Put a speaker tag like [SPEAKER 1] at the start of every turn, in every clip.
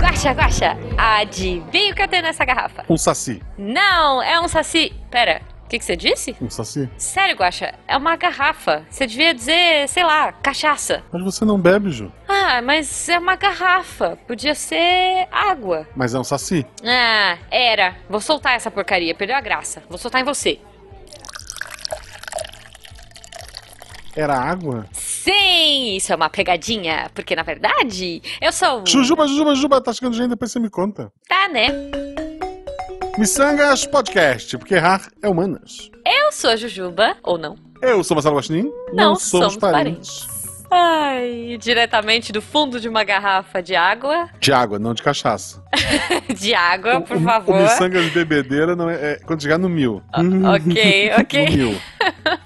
[SPEAKER 1] Guaxa, guaxa, adivinha o que eu tenho nessa garrafa?
[SPEAKER 2] Um saci.
[SPEAKER 1] Não, é um saci. Pera, o que, que você disse?
[SPEAKER 2] Um saci?
[SPEAKER 1] Sério, Guaxa, é uma garrafa. Você devia dizer, sei lá, cachaça.
[SPEAKER 2] Mas você não bebe, Ju.
[SPEAKER 1] Ah, mas é uma garrafa. Podia ser água.
[SPEAKER 2] Mas é um saci.
[SPEAKER 1] Ah, era. Vou soltar essa porcaria, perdeu a graça. Vou soltar em você.
[SPEAKER 2] Era água?
[SPEAKER 1] Sim, isso é uma pegadinha, porque na verdade eu sou. um
[SPEAKER 2] Jujuba, Jujuba, Jujuba, tá chegando gente, depois você me conta.
[SPEAKER 1] Tá, né?
[SPEAKER 2] Missangas Podcast, porque errar é humanas.
[SPEAKER 1] Eu sou a Jujuba, ou não?
[SPEAKER 2] Eu sou Marcelo Guaxinim.
[SPEAKER 1] Não somos Ai, diretamente do fundo de uma garrafa de água.
[SPEAKER 2] De água, não de cachaça.
[SPEAKER 1] De água, por
[SPEAKER 2] o,
[SPEAKER 1] favor. Ah,
[SPEAKER 2] O Missangas de bebedeira não é, é quando chegar no mil. Uhum.
[SPEAKER 1] ok, ok.
[SPEAKER 2] No mil.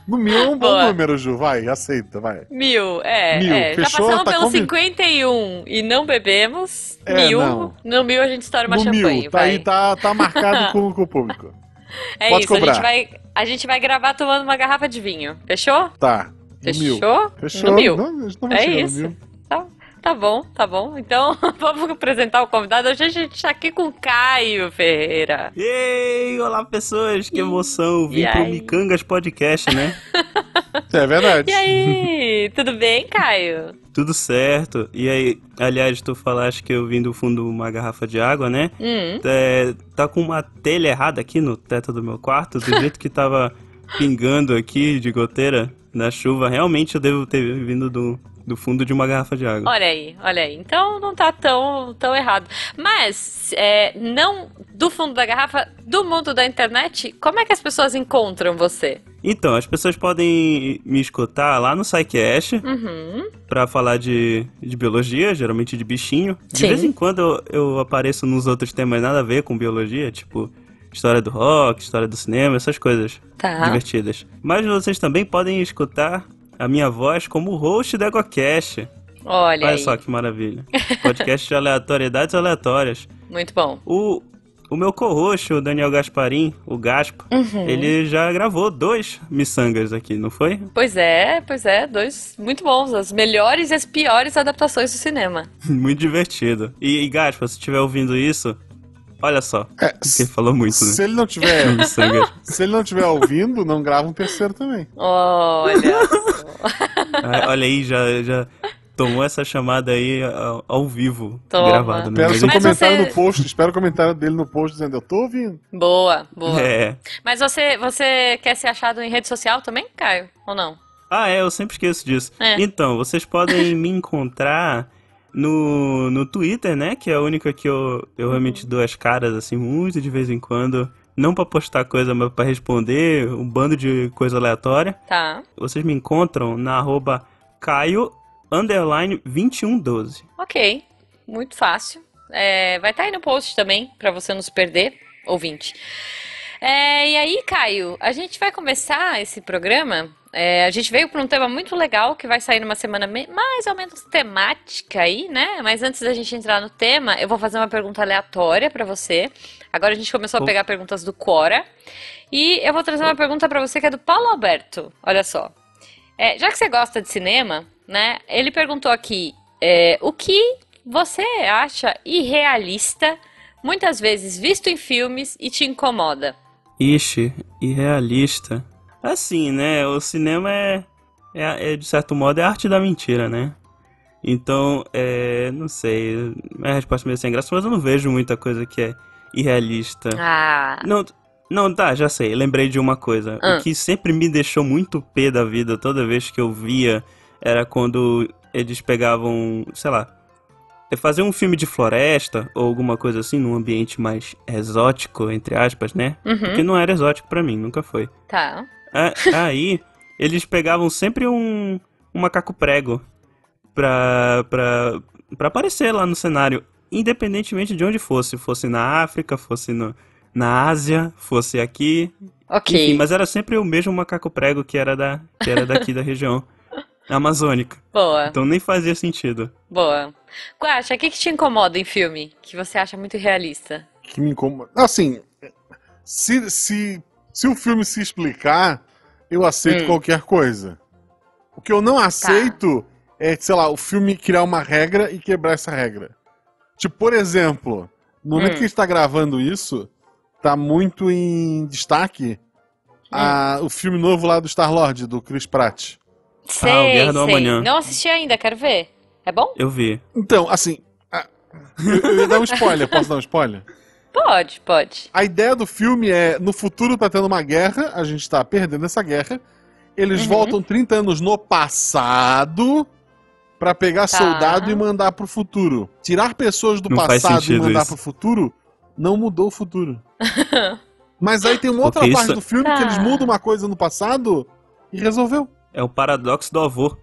[SPEAKER 2] No mil é um bom
[SPEAKER 1] Boa.
[SPEAKER 2] número, Ju. Vai, aceita, vai.
[SPEAKER 1] Mil, é.
[SPEAKER 2] Mil,
[SPEAKER 1] é. Já
[SPEAKER 2] fechou?
[SPEAKER 1] passamos
[SPEAKER 2] Tá
[SPEAKER 1] pelo
[SPEAKER 2] convi-
[SPEAKER 1] 51 e não bebemos.
[SPEAKER 2] É,
[SPEAKER 1] mil.
[SPEAKER 2] não.
[SPEAKER 1] No mil a gente estoura uma
[SPEAKER 2] no
[SPEAKER 1] champanhe.
[SPEAKER 2] mil, tá
[SPEAKER 1] vai.
[SPEAKER 2] aí, tá, tá marcado com, com o público.
[SPEAKER 1] É
[SPEAKER 2] Pode
[SPEAKER 1] isso,
[SPEAKER 2] cobrar.
[SPEAKER 1] a gente vai. A gente vai gravar tomando uma garrafa de vinho. Fechou?
[SPEAKER 2] Tá. No mil.
[SPEAKER 1] Fechou?
[SPEAKER 2] Fechou. né?
[SPEAKER 1] No mil.
[SPEAKER 2] Não, a gente não vai
[SPEAKER 1] É
[SPEAKER 2] chegar no
[SPEAKER 1] isso.
[SPEAKER 2] mil.
[SPEAKER 1] Tá, tá bom, tá bom. Então, vamos apresentar o convidado. Hoje a gente tá aqui com o Caio Ferreira.
[SPEAKER 3] Ei, olá pessoas, que emoção!
[SPEAKER 1] E
[SPEAKER 3] Vim pro
[SPEAKER 1] aí?
[SPEAKER 3] Micangas Podcast, né?
[SPEAKER 2] É
[SPEAKER 1] E
[SPEAKER 2] verdade.
[SPEAKER 1] aí, tudo bem, Caio?
[SPEAKER 3] Tudo certo. E aí, aliás, tu falaste que eu vim do fundo de uma garrafa de água, né?
[SPEAKER 1] Hum.
[SPEAKER 3] É, tá com uma telha errada aqui no teto do meu quarto, do jeito que tava pingando aqui de goteira na chuva. Realmente eu devo ter vindo do, do fundo de uma garrafa de água.
[SPEAKER 1] Olha aí, olha aí. Então não tá tão, tão errado. Mas, é, não do fundo da garrafa, do mundo da internet, como é que as pessoas encontram você?
[SPEAKER 3] Então, as pessoas podem me escutar lá no SciCast,
[SPEAKER 1] Uhum.
[SPEAKER 3] Pra falar de, de biologia, geralmente de bichinho. De
[SPEAKER 1] Sim.
[SPEAKER 3] vez em quando eu, eu apareço nos outros temas nada a ver com biologia, tipo história do rock, história do cinema, essas coisas
[SPEAKER 1] Tá.
[SPEAKER 3] divertidas. Mas vocês também podem escutar a minha voz como host da EgoCast.
[SPEAKER 1] Olha,
[SPEAKER 3] Olha
[SPEAKER 1] aí.
[SPEAKER 3] só que maravilha. Podcast de aleatoriedades aleatórias.
[SPEAKER 1] Muito bom.
[SPEAKER 3] O, o meu co-host, o Daniel Gasparim, o Gaspo,
[SPEAKER 1] Hum.
[SPEAKER 3] ele já gravou dois miçangas aqui, não foi?
[SPEAKER 1] Pois é, pois é, dois muito bons, as melhores e as piores adaptações do cinema.
[SPEAKER 3] Muito divertido. E, e Gaspa, se estiver ouvindo isso, olha só.
[SPEAKER 2] É,
[SPEAKER 3] Porque falou muito, né?
[SPEAKER 2] se ele não tiver,
[SPEAKER 3] Do sangue.
[SPEAKER 2] se ele não tiver ouvindo, não grava um terceiro também.
[SPEAKER 1] Olha, só.
[SPEAKER 3] Ah, olha aí, já, já tomou essa chamada aí ao, ao vivo,
[SPEAKER 1] Toma.
[SPEAKER 3] gravado. né?
[SPEAKER 2] Espero seu
[SPEAKER 1] Mas
[SPEAKER 2] comentário
[SPEAKER 1] você-
[SPEAKER 2] no post. Espero o comentário dele no post dizendo eu tô ouvindo.
[SPEAKER 1] boa, boa.
[SPEAKER 3] É.
[SPEAKER 1] Mas você, você quer ser achado em rede social também, Caio? Ou não?
[SPEAKER 3] Ah, é, eu sempre esqueço disso.
[SPEAKER 1] É.
[SPEAKER 3] Então, vocês podem me encontrar no, no Twitter, né? Que é a única que eu, eu realmente dou as caras, assim, muito de vez em quando. Não pra postar coisa, mas pra responder um bando de coisa aleatória.
[SPEAKER 1] Tá.
[SPEAKER 3] Vocês me encontram na arroba Caio underline 2112.
[SPEAKER 1] Ok. Muito fácil. É, vai estar aí no post também, pra você não se perder, ouvinte. É, e aí, Caio, a gente vai começar esse programa. É, a gente veio para um tema muito legal que vai sair numa semana me- mais ou menos temática aí, né? Mas antes da gente entrar no tema, eu vou fazer uma pergunta aleatória pra você. Agora a gente começou a
[SPEAKER 3] Oh.
[SPEAKER 1] pegar perguntas do Quora. E eu vou trazer uma pergunta pra você que é do Paulo Alberto. Olha só. É, já que você gosta de cinema, né? Ele perguntou aqui: é, o que você acha irrealista, muitas vezes visto em filmes e te incomoda?
[SPEAKER 3] Ixi, irrealista. Assim, né? O cinema é, é, é, de certo modo, é a arte da mentira, né? Então, é, não sei. É a resposta meio sem graça, mas eu não vejo muita coisa que é irrealista.
[SPEAKER 1] Ah,
[SPEAKER 3] Não, não, tá, já sei. Lembrei de uma coisa.
[SPEAKER 1] Ah.
[SPEAKER 3] O que sempre me deixou muito pé da vida toda vez que eu via era quando eles pegavam, sei lá, fazer um filme de floresta ou alguma coisa assim, num ambiente mais exótico, entre aspas, né?
[SPEAKER 1] uhum,
[SPEAKER 3] Porque não era exótico pra mim, nunca foi.
[SPEAKER 1] tá.
[SPEAKER 3] A- Aí, eles pegavam sempre um, um macaco prego pra, pra, pra aparecer lá no cenário, independentemente de onde fosse. Fosse na África, fosse no, na Ásia, fosse aqui.
[SPEAKER 1] Ok.
[SPEAKER 3] Enfim, mas era sempre o mesmo macaco prego que era, da, que era daqui da região amazônica.
[SPEAKER 1] Boa,
[SPEAKER 3] Então nem fazia sentido.
[SPEAKER 1] boa. Guaxa, o que, que te incomoda em filme que você acha muito irrealista?
[SPEAKER 3] Ah,
[SPEAKER 2] Que me incomoda. Assim, se, se, se o filme se explicar, eu aceito
[SPEAKER 1] Hum.
[SPEAKER 2] qualquer coisa. O que eu não aceito é, sei lá, o filme criar uma regra e quebrar essa regra. Tipo, por exemplo, no momento que a gente tá gravando isso, tá muito em destaque a- o filme novo lá do Star-Lord, do Chris Pratt.
[SPEAKER 1] Sei,
[SPEAKER 3] Ah, o Guerra do
[SPEAKER 1] sei.
[SPEAKER 3] Amanhã.
[SPEAKER 1] Não assisti ainda, quero ver. É bom?
[SPEAKER 3] Eu vi.
[SPEAKER 2] Então, assim. a- Eu, eu ia dar um spoiler, posso dar um spoiler?
[SPEAKER 1] Pode, pode.
[SPEAKER 2] A ideia do filme é: no futuro tá tendo uma guerra, a gente tá perdendo essa guerra. Eles
[SPEAKER 1] Uhum.
[SPEAKER 2] voltam 30 anos no passado pra pegar
[SPEAKER 1] Tá.
[SPEAKER 2] soldado e mandar pro futuro. Tirar pessoas do
[SPEAKER 3] Não faz
[SPEAKER 2] passado e
[SPEAKER 3] sentido
[SPEAKER 2] mandar
[SPEAKER 3] isso.
[SPEAKER 2] pro futuro não mudou o futuro. Mas aí tem uma outra
[SPEAKER 3] Porque
[SPEAKER 2] parte
[SPEAKER 3] isso-
[SPEAKER 2] do filme que eles
[SPEAKER 1] Tá.
[SPEAKER 2] mudam uma coisa no passado e resolveu.
[SPEAKER 3] É o paradoxo do avô.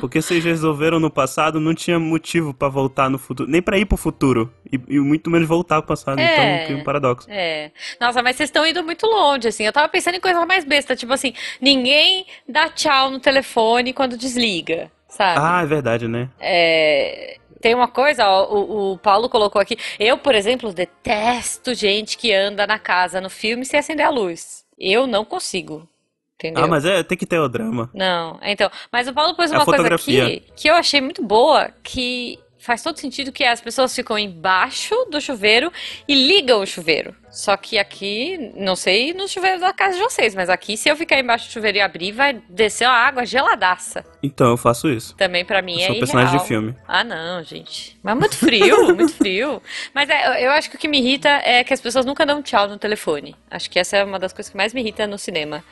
[SPEAKER 3] Porque vocês resolveram no passado, não tinha motivo pra voltar no futuro. Nem pra ir pro futuro. E, e muito menos voltar pro passado.
[SPEAKER 1] É.
[SPEAKER 3] Então, que um paradoxo.
[SPEAKER 1] É. Nossa, mas vocês estão indo muito longe, assim. Eu tava pensando em coisa mais besta, tipo assim, ninguém dá tchau no telefone quando desliga, sabe?
[SPEAKER 3] Ah, é verdade, né?
[SPEAKER 1] É, tem uma coisa, ó, o, o Paulo colocou aqui. Eu, por exemplo, detesto gente que anda na casa no filme sem acender a luz. Eu não consigo, entendeu?
[SPEAKER 3] Ah, mas é, tem que ter o drama.
[SPEAKER 1] Não, então. Mas o Paulo pôs
[SPEAKER 3] É a
[SPEAKER 1] uma coisa
[SPEAKER 3] fotografia.
[SPEAKER 1] aqui que eu achei muito boa, que faz todo sentido que as pessoas ficam embaixo do chuveiro e ligam o chuveiro. Só que aqui, não sei no chuveiro da casa de vocês, mas aqui se eu ficar embaixo do chuveiro e abrir, vai descer uma água geladaça.
[SPEAKER 3] Então, eu faço isso.
[SPEAKER 1] Também pra mim
[SPEAKER 3] Eu
[SPEAKER 1] é
[SPEAKER 3] sou personagem
[SPEAKER 1] irreal.
[SPEAKER 3] de filme.
[SPEAKER 1] Ah, não, gente. Mas muito frio, muito frio. Mas é, eu- eu acho que o que me irrita é que as pessoas nunca dão tchau no telefone. Acho que essa é uma das coisas que mais me irrita no cinema.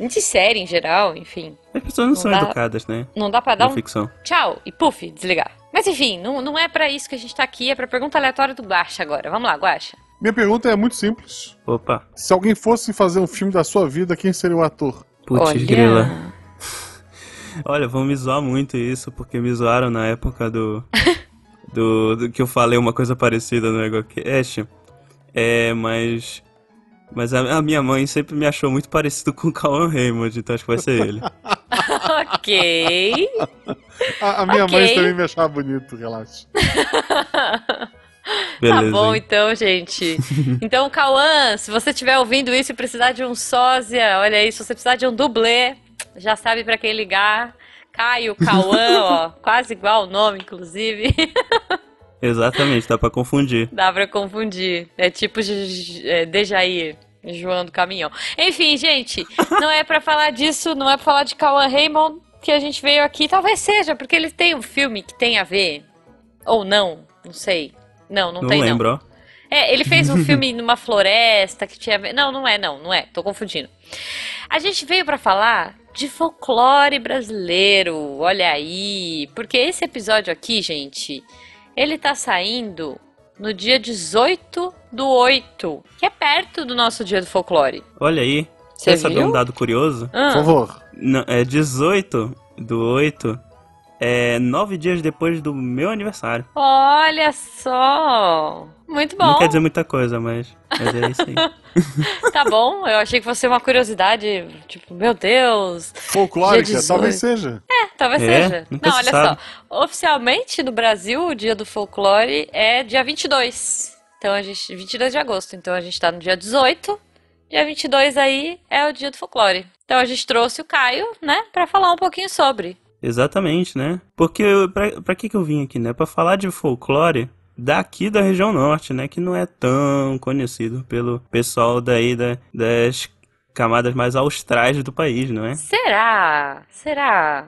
[SPEAKER 1] Em série, em geral, enfim.
[SPEAKER 3] As pessoas não
[SPEAKER 1] Não
[SPEAKER 3] são
[SPEAKER 1] dá-
[SPEAKER 3] educadas, né?
[SPEAKER 1] Não dá pra dar
[SPEAKER 3] Na
[SPEAKER 1] um
[SPEAKER 3] ficção.
[SPEAKER 1] tchau e puf, desligar. Mas enfim, não, não é pra isso que a gente tá aqui, é pra pergunta aleatória do Guaxa agora. Vamos lá, Guaxa.
[SPEAKER 2] Minha pergunta é muito simples.
[SPEAKER 3] Opa.
[SPEAKER 2] Se alguém fosse fazer um filme da sua vida, quem seria o ator?
[SPEAKER 3] Putz,
[SPEAKER 1] Olha,
[SPEAKER 3] grila. Olha, vão me zoar muito isso, porque me zoaram na época do. do, do que eu falei uma coisa parecida no EgoCast. É, mas. Mas a, a minha mãe sempre me achou muito parecido com o Cauan Raymond, então acho que vai ser ele.
[SPEAKER 1] Tá ok.
[SPEAKER 2] A, a minha
[SPEAKER 1] Ok.
[SPEAKER 2] mãe também me achava bonito, relaxa.
[SPEAKER 3] Beleza.
[SPEAKER 1] Tá bom,
[SPEAKER 3] hein?
[SPEAKER 1] então, gente. Então, Cauã, se você estiver ouvindo isso e precisar de um sósia, olha aí, se você precisar de um dublê, já sabe pra quem ligar. Caio, Cauã, ó, quase igual o nome, inclusive.
[SPEAKER 3] Exatamente, dá pra confundir.
[SPEAKER 1] Dá pra confundir. É tipo J- J- é, Dejair, João do Caminhão. Enfim, gente, não é pra falar disso, não é pra falar de Cauã Raymond que a gente veio aqui. Talvez seja, porque ele tem um filme que tem a ver. Ou não, não sei. Não, não,
[SPEAKER 3] Não,
[SPEAKER 1] tem, não.
[SPEAKER 3] lembro, ó.
[SPEAKER 1] É, ele fez um filme numa floresta que tinha. a ver- Não, não é, não, não é. Tô confundindo. A gente veio pra falar de folclore brasileiro. Olha aí, porque esse episódio aqui, gente, ele tá saindo no dia 18 do 8, que é perto do nosso dia do folclore.
[SPEAKER 3] Olha aí.
[SPEAKER 1] Você
[SPEAKER 3] Quer saber
[SPEAKER 1] viu?
[SPEAKER 3] um dado curioso?
[SPEAKER 1] Ah,
[SPEAKER 2] Por favor.
[SPEAKER 3] Não, é 18 do 8. É nove dias depois do meu aniversário.
[SPEAKER 1] olha só. Muito bom.
[SPEAKER 3] Não quer dizer muita coisa, mas, mas é isso aí.
[SPEAKER 1] Tá bom. Eu achei que fosse uma curiosidade, tipo, meu Deus, Dia
[SPEAKER 2] Folclórica,
[SPEAKER 1] 18.
[SPEAKER 2] talvez seja.
[SPEAKER 1] Talvez
[SPEAKER 3] É?
[SPEAKER 1] seja.
[SPEAKER 3] Nunca
[SPEAKER 1] Não,
[SPEAKER 3] se
[SPEAKER 1] olha
[SPEAKER 3] sabe.
[SPEAKER 1] só. Oficialmente no Brasil, o dia do folclore é dia 22. Então a gente 22 de agosto. Então a gente tá no dia 18. Dia 22 aí é o dia do folclore. Então a gente trouxe o Caio, né, Pra falar um pouquinho sobre.
[SPEAKER 3] Exatamente, né? Porque eu- pra, pra que que eu vim aqui, né? Pra falar de folclore daqui da região norte, né? Que não é tão conhecido pelo pessoal daí da- das camadas mais austrais do país, não é?
[SPEAKER 1] Será? Será?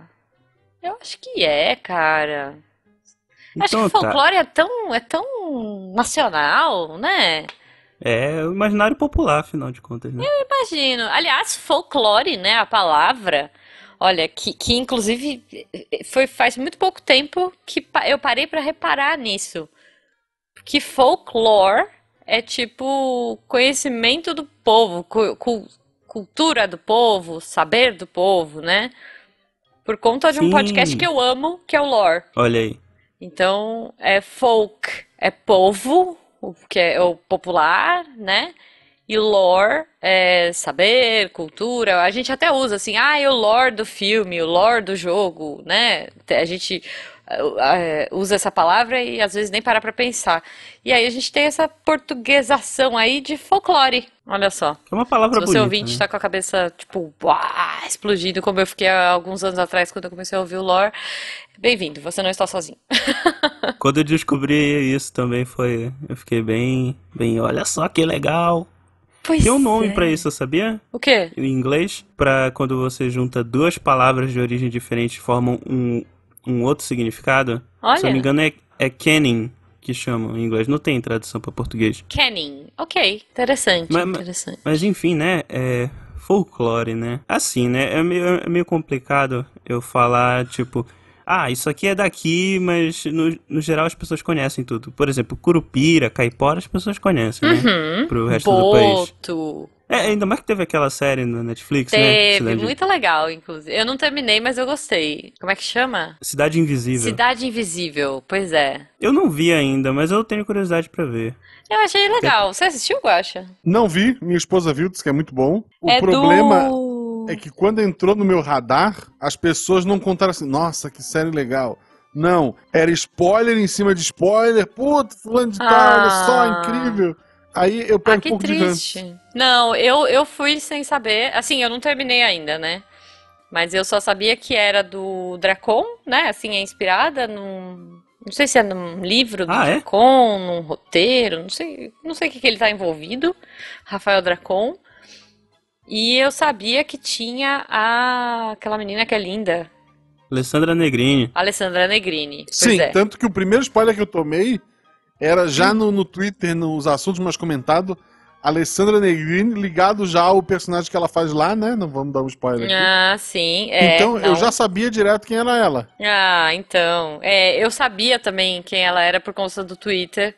[SPEAKER 1] Eu acho que é, cara. Acho que
[SPEAKER 3] Então tá.
[SPEAKER 1] folclore é tão é tão nacional, né?
[SPEAKER 3] É o imaginário popular, afinal de contas, né?
[SPEAKER 1] Imagino. Aliás, folclore, né, a palavra, olha, que, que inclusive eh, foi faz muito pouco tempo que pa- eu parei pra reparar nisso. Que folclore é tipo conhecimento do povo, cu- cu- cultura do povo, saber do povo, né? Por conta de um
[SPEAKER 3] Sim.
[SPEAKER 1] podcast que eu amo, que é o Lore.
[SPEAKER 3] Olha aí.
[SPEAKER 1] Então, é folk, é povo, o que é o popular, né? E lore é saber, cultura. A gente até usa assim, ah, é o lore do filme, o lore do jogo, né? Te- A gente eh, eh, usa essa palavra e às vezes nem para pra pensar. E aí a gente tem essa portuguesação aí de folclore. Olha só.
[SPEAKER 3] É uma palavra
[SPEAKER 1] Se você
[SPEAKER 3] bonita,
[SPEAKER 1] ouvinte
[SPEAKER 3] né?
[SPEAKER 1] tá com a cabeça, tipo, uá, explodindo, como eu fiquei há alguns anos atrás quando eu comecei a ouvir o lore, bem-vindo, você não está sozinho.
[SPEAKER 3] Quando eu descobri isso também foi. Eu fiquei bem. bem olha só que legal!
[SPEAKER 1] Pois
[SPEAKER 3] Tem um nome
[SPEAKER 1] é.
[SPEAKER 3] pra isso, sabia?
[SPEAKER 1] O quê?
[SPEAKER 3] Em inglês, pra quando você junta duas palavras de origem diferente e formam um, um outro significado.
[SPEAKER 1] Olha.
[SPEAKER 3] Se eu não me engano, é, é caning que chamam em inglês. Não tem tradução pra português.
[SPEAKER 1] Canning. Ok. Interessante.
[SPEAKER 3] Mas- mas-
[SPEAKER 1] interessante.
[SPEAKER 3] Mas enfim, né? É folclore, né? Assim, né? É meio, é meio complicado eu falar, tipo, ah, isso aqui é daqui, mas no, no geral as pessoas conhecem tudo. Por exemplo, curupira, caipora, as pessoas conhecem, né?
[SPEAKER 1] Uhum.
[SPEAKER 3] Pro resto do país.
[SPEAKER 1] Boto.
[SPEAKER 3] É, ainda mais que teve aquela série na Netflix, né?
[SPEAKER 1] Teve.
[SPEAKER 3] Cidade,
[SPEAKER 1] Muito legal, inclusive. Eu não terminei, mas eu gostei. Como é que chama?
[SPEAKER 3] Cidade Invisível.
[SPEAKER 1] Cidade Invisível. Pois é.
[SPEAKER 3] Eu não vi ainda, mas eu tenho curiosidade pra ver.
[SPEAKER 1] Eu achei
[SPEAKER 3] É-
[SPEAKER 1] legal. Você assistiu, Guaxa?
[SPEAKER 2] Não vi, minha esposa viu, disse que é muito bom. O
[SPEAKER 1] É
[SPEAKER 2] problema
[SPEAKER 1] do...
[SPEAKER 2] é que quando entrou no meu radar, as pessoas não contaram assim, nossa, que série legal. Não, era spoiler em cima de spoiler, puto, fulano de tal, olha só,
[SPEAKER 1] Ah.
[SPEAKER 2] incrível. Aí eu
[SPEAKER 1] Ah,
[SPEAKER 2] pego um
[SPEAKER 1] que
[SPEAKER 2] pouco de ranço.
[SPEAKER 1] triste. Não, eu, eu fui sem saber. Assim, eu não terminei ainda, né? Mas eu só sabia que era do Dracon, né? Assim, é inspirada num. Não sei se é num livro do
[SPEAKER 3] Ah, é?
[SPEAKER 1] Dracon, num roteiro, não sei, não sei o que, que ele tá envolvido, Rafael Dracon. E eu sabia que tinha a... aquela menina que é linda,
[SPEAKER 3] Alessandra Negrini.
[SPEAKER 1] Alessandra Negrini. Pois
[SPEAKER 2] Sim,
[SPEAKER 1] é. Hum.
[SPEAKER 2] tanto que o primeiro spoiler que eu tomei era já no, no Twitter, nos assuntos mais comentados, Alessandra Negrini ligado já ao personagem que ela faz lá, né? Não vamos dar um spoiler aqui.
[SPEAKER 1] Ah, sim. é,
[SPEAKER 2] Então eu
[SPEAKER 1] não.
[SPEAKER 2] já sabia direto quem era ela.
[SPEAKER 1] Ah, então. É, eu sabia também quem ela era por conta do Twitter,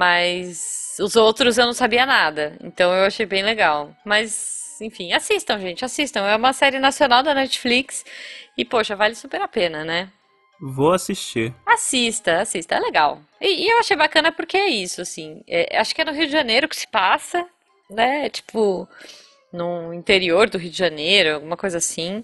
[SPEAKER 1] mas os outros eu não sabia nada. Então eu achei bem legal. Mas, enfim, assistam, gente, assistam. É uma série nacional da Netflix e, poxa, vale super a pena, né?
[SPEAKER 3] Vou assistir.
[SPEAKER 1] Assista, assista, é legal. E, e eu achei bacana porque é isso, assim. é, acho que é no Rio de Janeiro que se passa, né? Tipo, no interior do Rio de Janeiro, alguma coisa assim.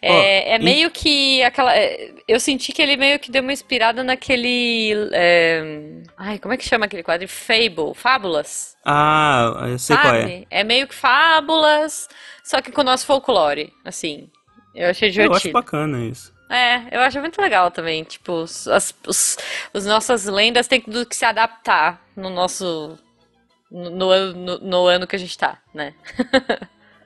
[SPEAKER 1] É, é
[SPEAKER 3] e-
[SPEAKER 1] meio que aquela. é, Eu senti que ele meio que deu uma inspirada naquele. é, ai, como é que chama aquele quadro? Fable, Fábulas,
[SPEAKER 3] Ah, eu sei qual é.
[SPEAKER 1] sabe? É meio que Fábulas, só que com o nosso folclore, assim. Eu achei
[SPEAKER 3] Eu acho
[SPEAKER 1] divertido.
[SPEAKER 3] bacana isso.
[SPEAKER 1] É, eu acho muito legal também. Tipo, os- as, os, os nossas lendas têm tudo que se adaptar no nosso. No, no ano- no, no ano que a gente tá, né?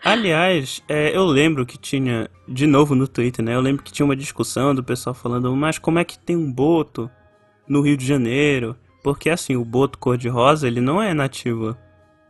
[SPEAKER 3] Aliás, é, eu lembro que tinha, de novo no Twitter, né? Eu lembro que tinha uma discussão do pessoal falando, mas como é que tem um boto no Rio de Janeiro? Porque assim, o boto cor-de-rosa, ele não é nativo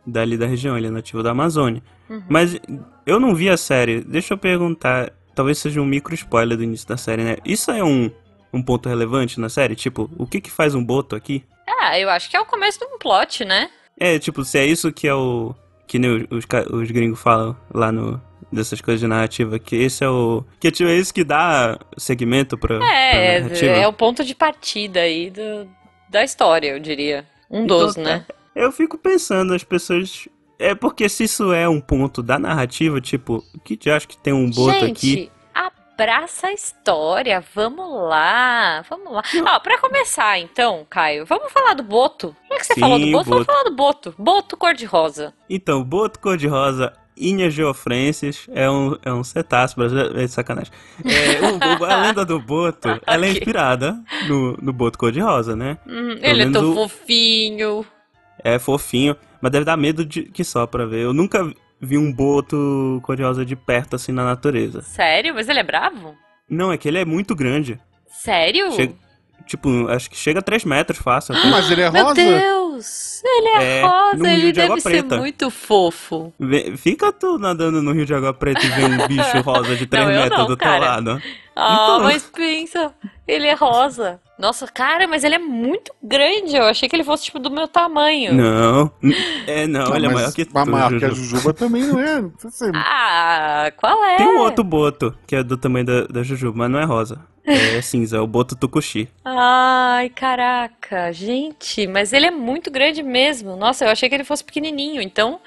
[SPEAKER 3] dali da região, ele é nativo da Amazônia.
[SPEAKER 1] Uhum.
[SPEAKER 3] Mas eu não vi a série. Deixa eu perguntar, talvez seja um micro spoiler do início da série, né? Isso é um, um ponto relevante na série? Tipo, o que que faz um boto aqui?
[SPEAKER 1] Ah, eu acho que é o começo de um plot, né?
[SPEAKER 3] É, tipo, se é isso que é o. Que nem os, os, ca- os gringos falam lá no. Dessas coisas de narrativa, que esse é o. Que tipo, é isso que dá segmento pra, pra
[SPEAKER 1] É,
[SPEAKER 3] narrativa.
[SPEAKER 1] é, é o ponto de partida aí do, da história, eu diria. Um dos,
[SPEAKER 3] Então,
[SPEAKER 1] né?
[SPEAKER 3] Eu fico pensando, as pessoas. É porque se isso é um ponto da narrativa, tipo, que te acho que tem um boto aqui?
[SPEAKER 1] Gente, abraça a história, vamos lá, vamos lá. Ó, pra começar então, Caio, vamos falar do Boto. Já que você
[SPEAKER 3] Sim,
[SPEAKER 1] falou do Boto, vamos
[SPEAKER 3] Boto.
[SPEAKER 1] falar do Boto. Boto cor-de-rosa.
[SPEAKER 3] Então, boto cor-de-rosa, Inha Geofrances, é um, é um cetáceo brasileiro. É sacanagem. É, o- o- a lenda do boto, ela é
[SPEAKER 1] Ok.
[SPEAKER 3] inspirada no, no boto cor-de-rosa, né?
[SPEAKER 1] Hum,
[SPEAKER 3] Pelo
[SPEAKER 1] ele é tão
[SPEAKER 3] menos o-
[SPEAKER 1] fofinho.
[SPEAKER 3] É fofinho, mas deve dar medo de que só pra ver. Eu nunca vi um boto cor-de-rosa de perto assim na natureza.
[SPEAKER 1] Sério? Mas ele é bravo?
[SPEAKER 3] Não, é que ele é muito grande.
[SPEAKER 1] Sério?
[SPEAKER 3] Chega- tipo, acho que chega a 3 metros fácil. até.
[SPEAKER 2] Mas ele é
[SPEAKER 1] Meu
[SPEAKER 2] rosa?
[SPEAKER 1] Deus! Ele é,
[SPEAKER 3] É, num
[SPEAKER 1] rosa,
[SPEAKER 3] rio
[SPEAKER 1] ele
[SPEAKER 3] de água
[SPEAKER 1] deve ser
[SPEAKER 3] preta.
[SPEAKER 1] muito fofo.
[SPEAKER 3] Vê- Fica tu nadando no rio de água preta e vê um bicho rosa de 3
[SPEAKER 1] Não, eu
[SPEAKER 3] metros
[SPEAKER 1] não,
[SPEAKER 3] do teu
[SPEAKER 1] cara.
[SPEAKER 3] lado.
[SPEAKER 1] Ah,
[SPEAKER 3] Então.
[SPEAKER 1] mas pensa, ele é rosa. Nossa, cara, mas ele é muito grande. Eu achei que ele fosse tipo do meu tamanho.
[SPEAKER 3] Não. É, não, ele é
[SPEAKER 2] mas
[SPEAKER 3] maior que
[SPEAKER 2] a
[SPEAKER 3] tu,
[SPEAKER 2] maior que a
[SPEAKER 3] Juju.
[SPEAKER 2] Jujuba também não é. Não sei se-
[SPEAKER 1] Ah, qual é?
[SPEAKER 3] Tem um outro boto que é do tamanho da, da Juju, mas não é rosa. É cinza, é o boto tucuxi.
[SPEAKER 1] Ai, caraca, gente, mas ele é muito grande mesmo. Nossa, eu achei que ele fosse pequenininho. Então,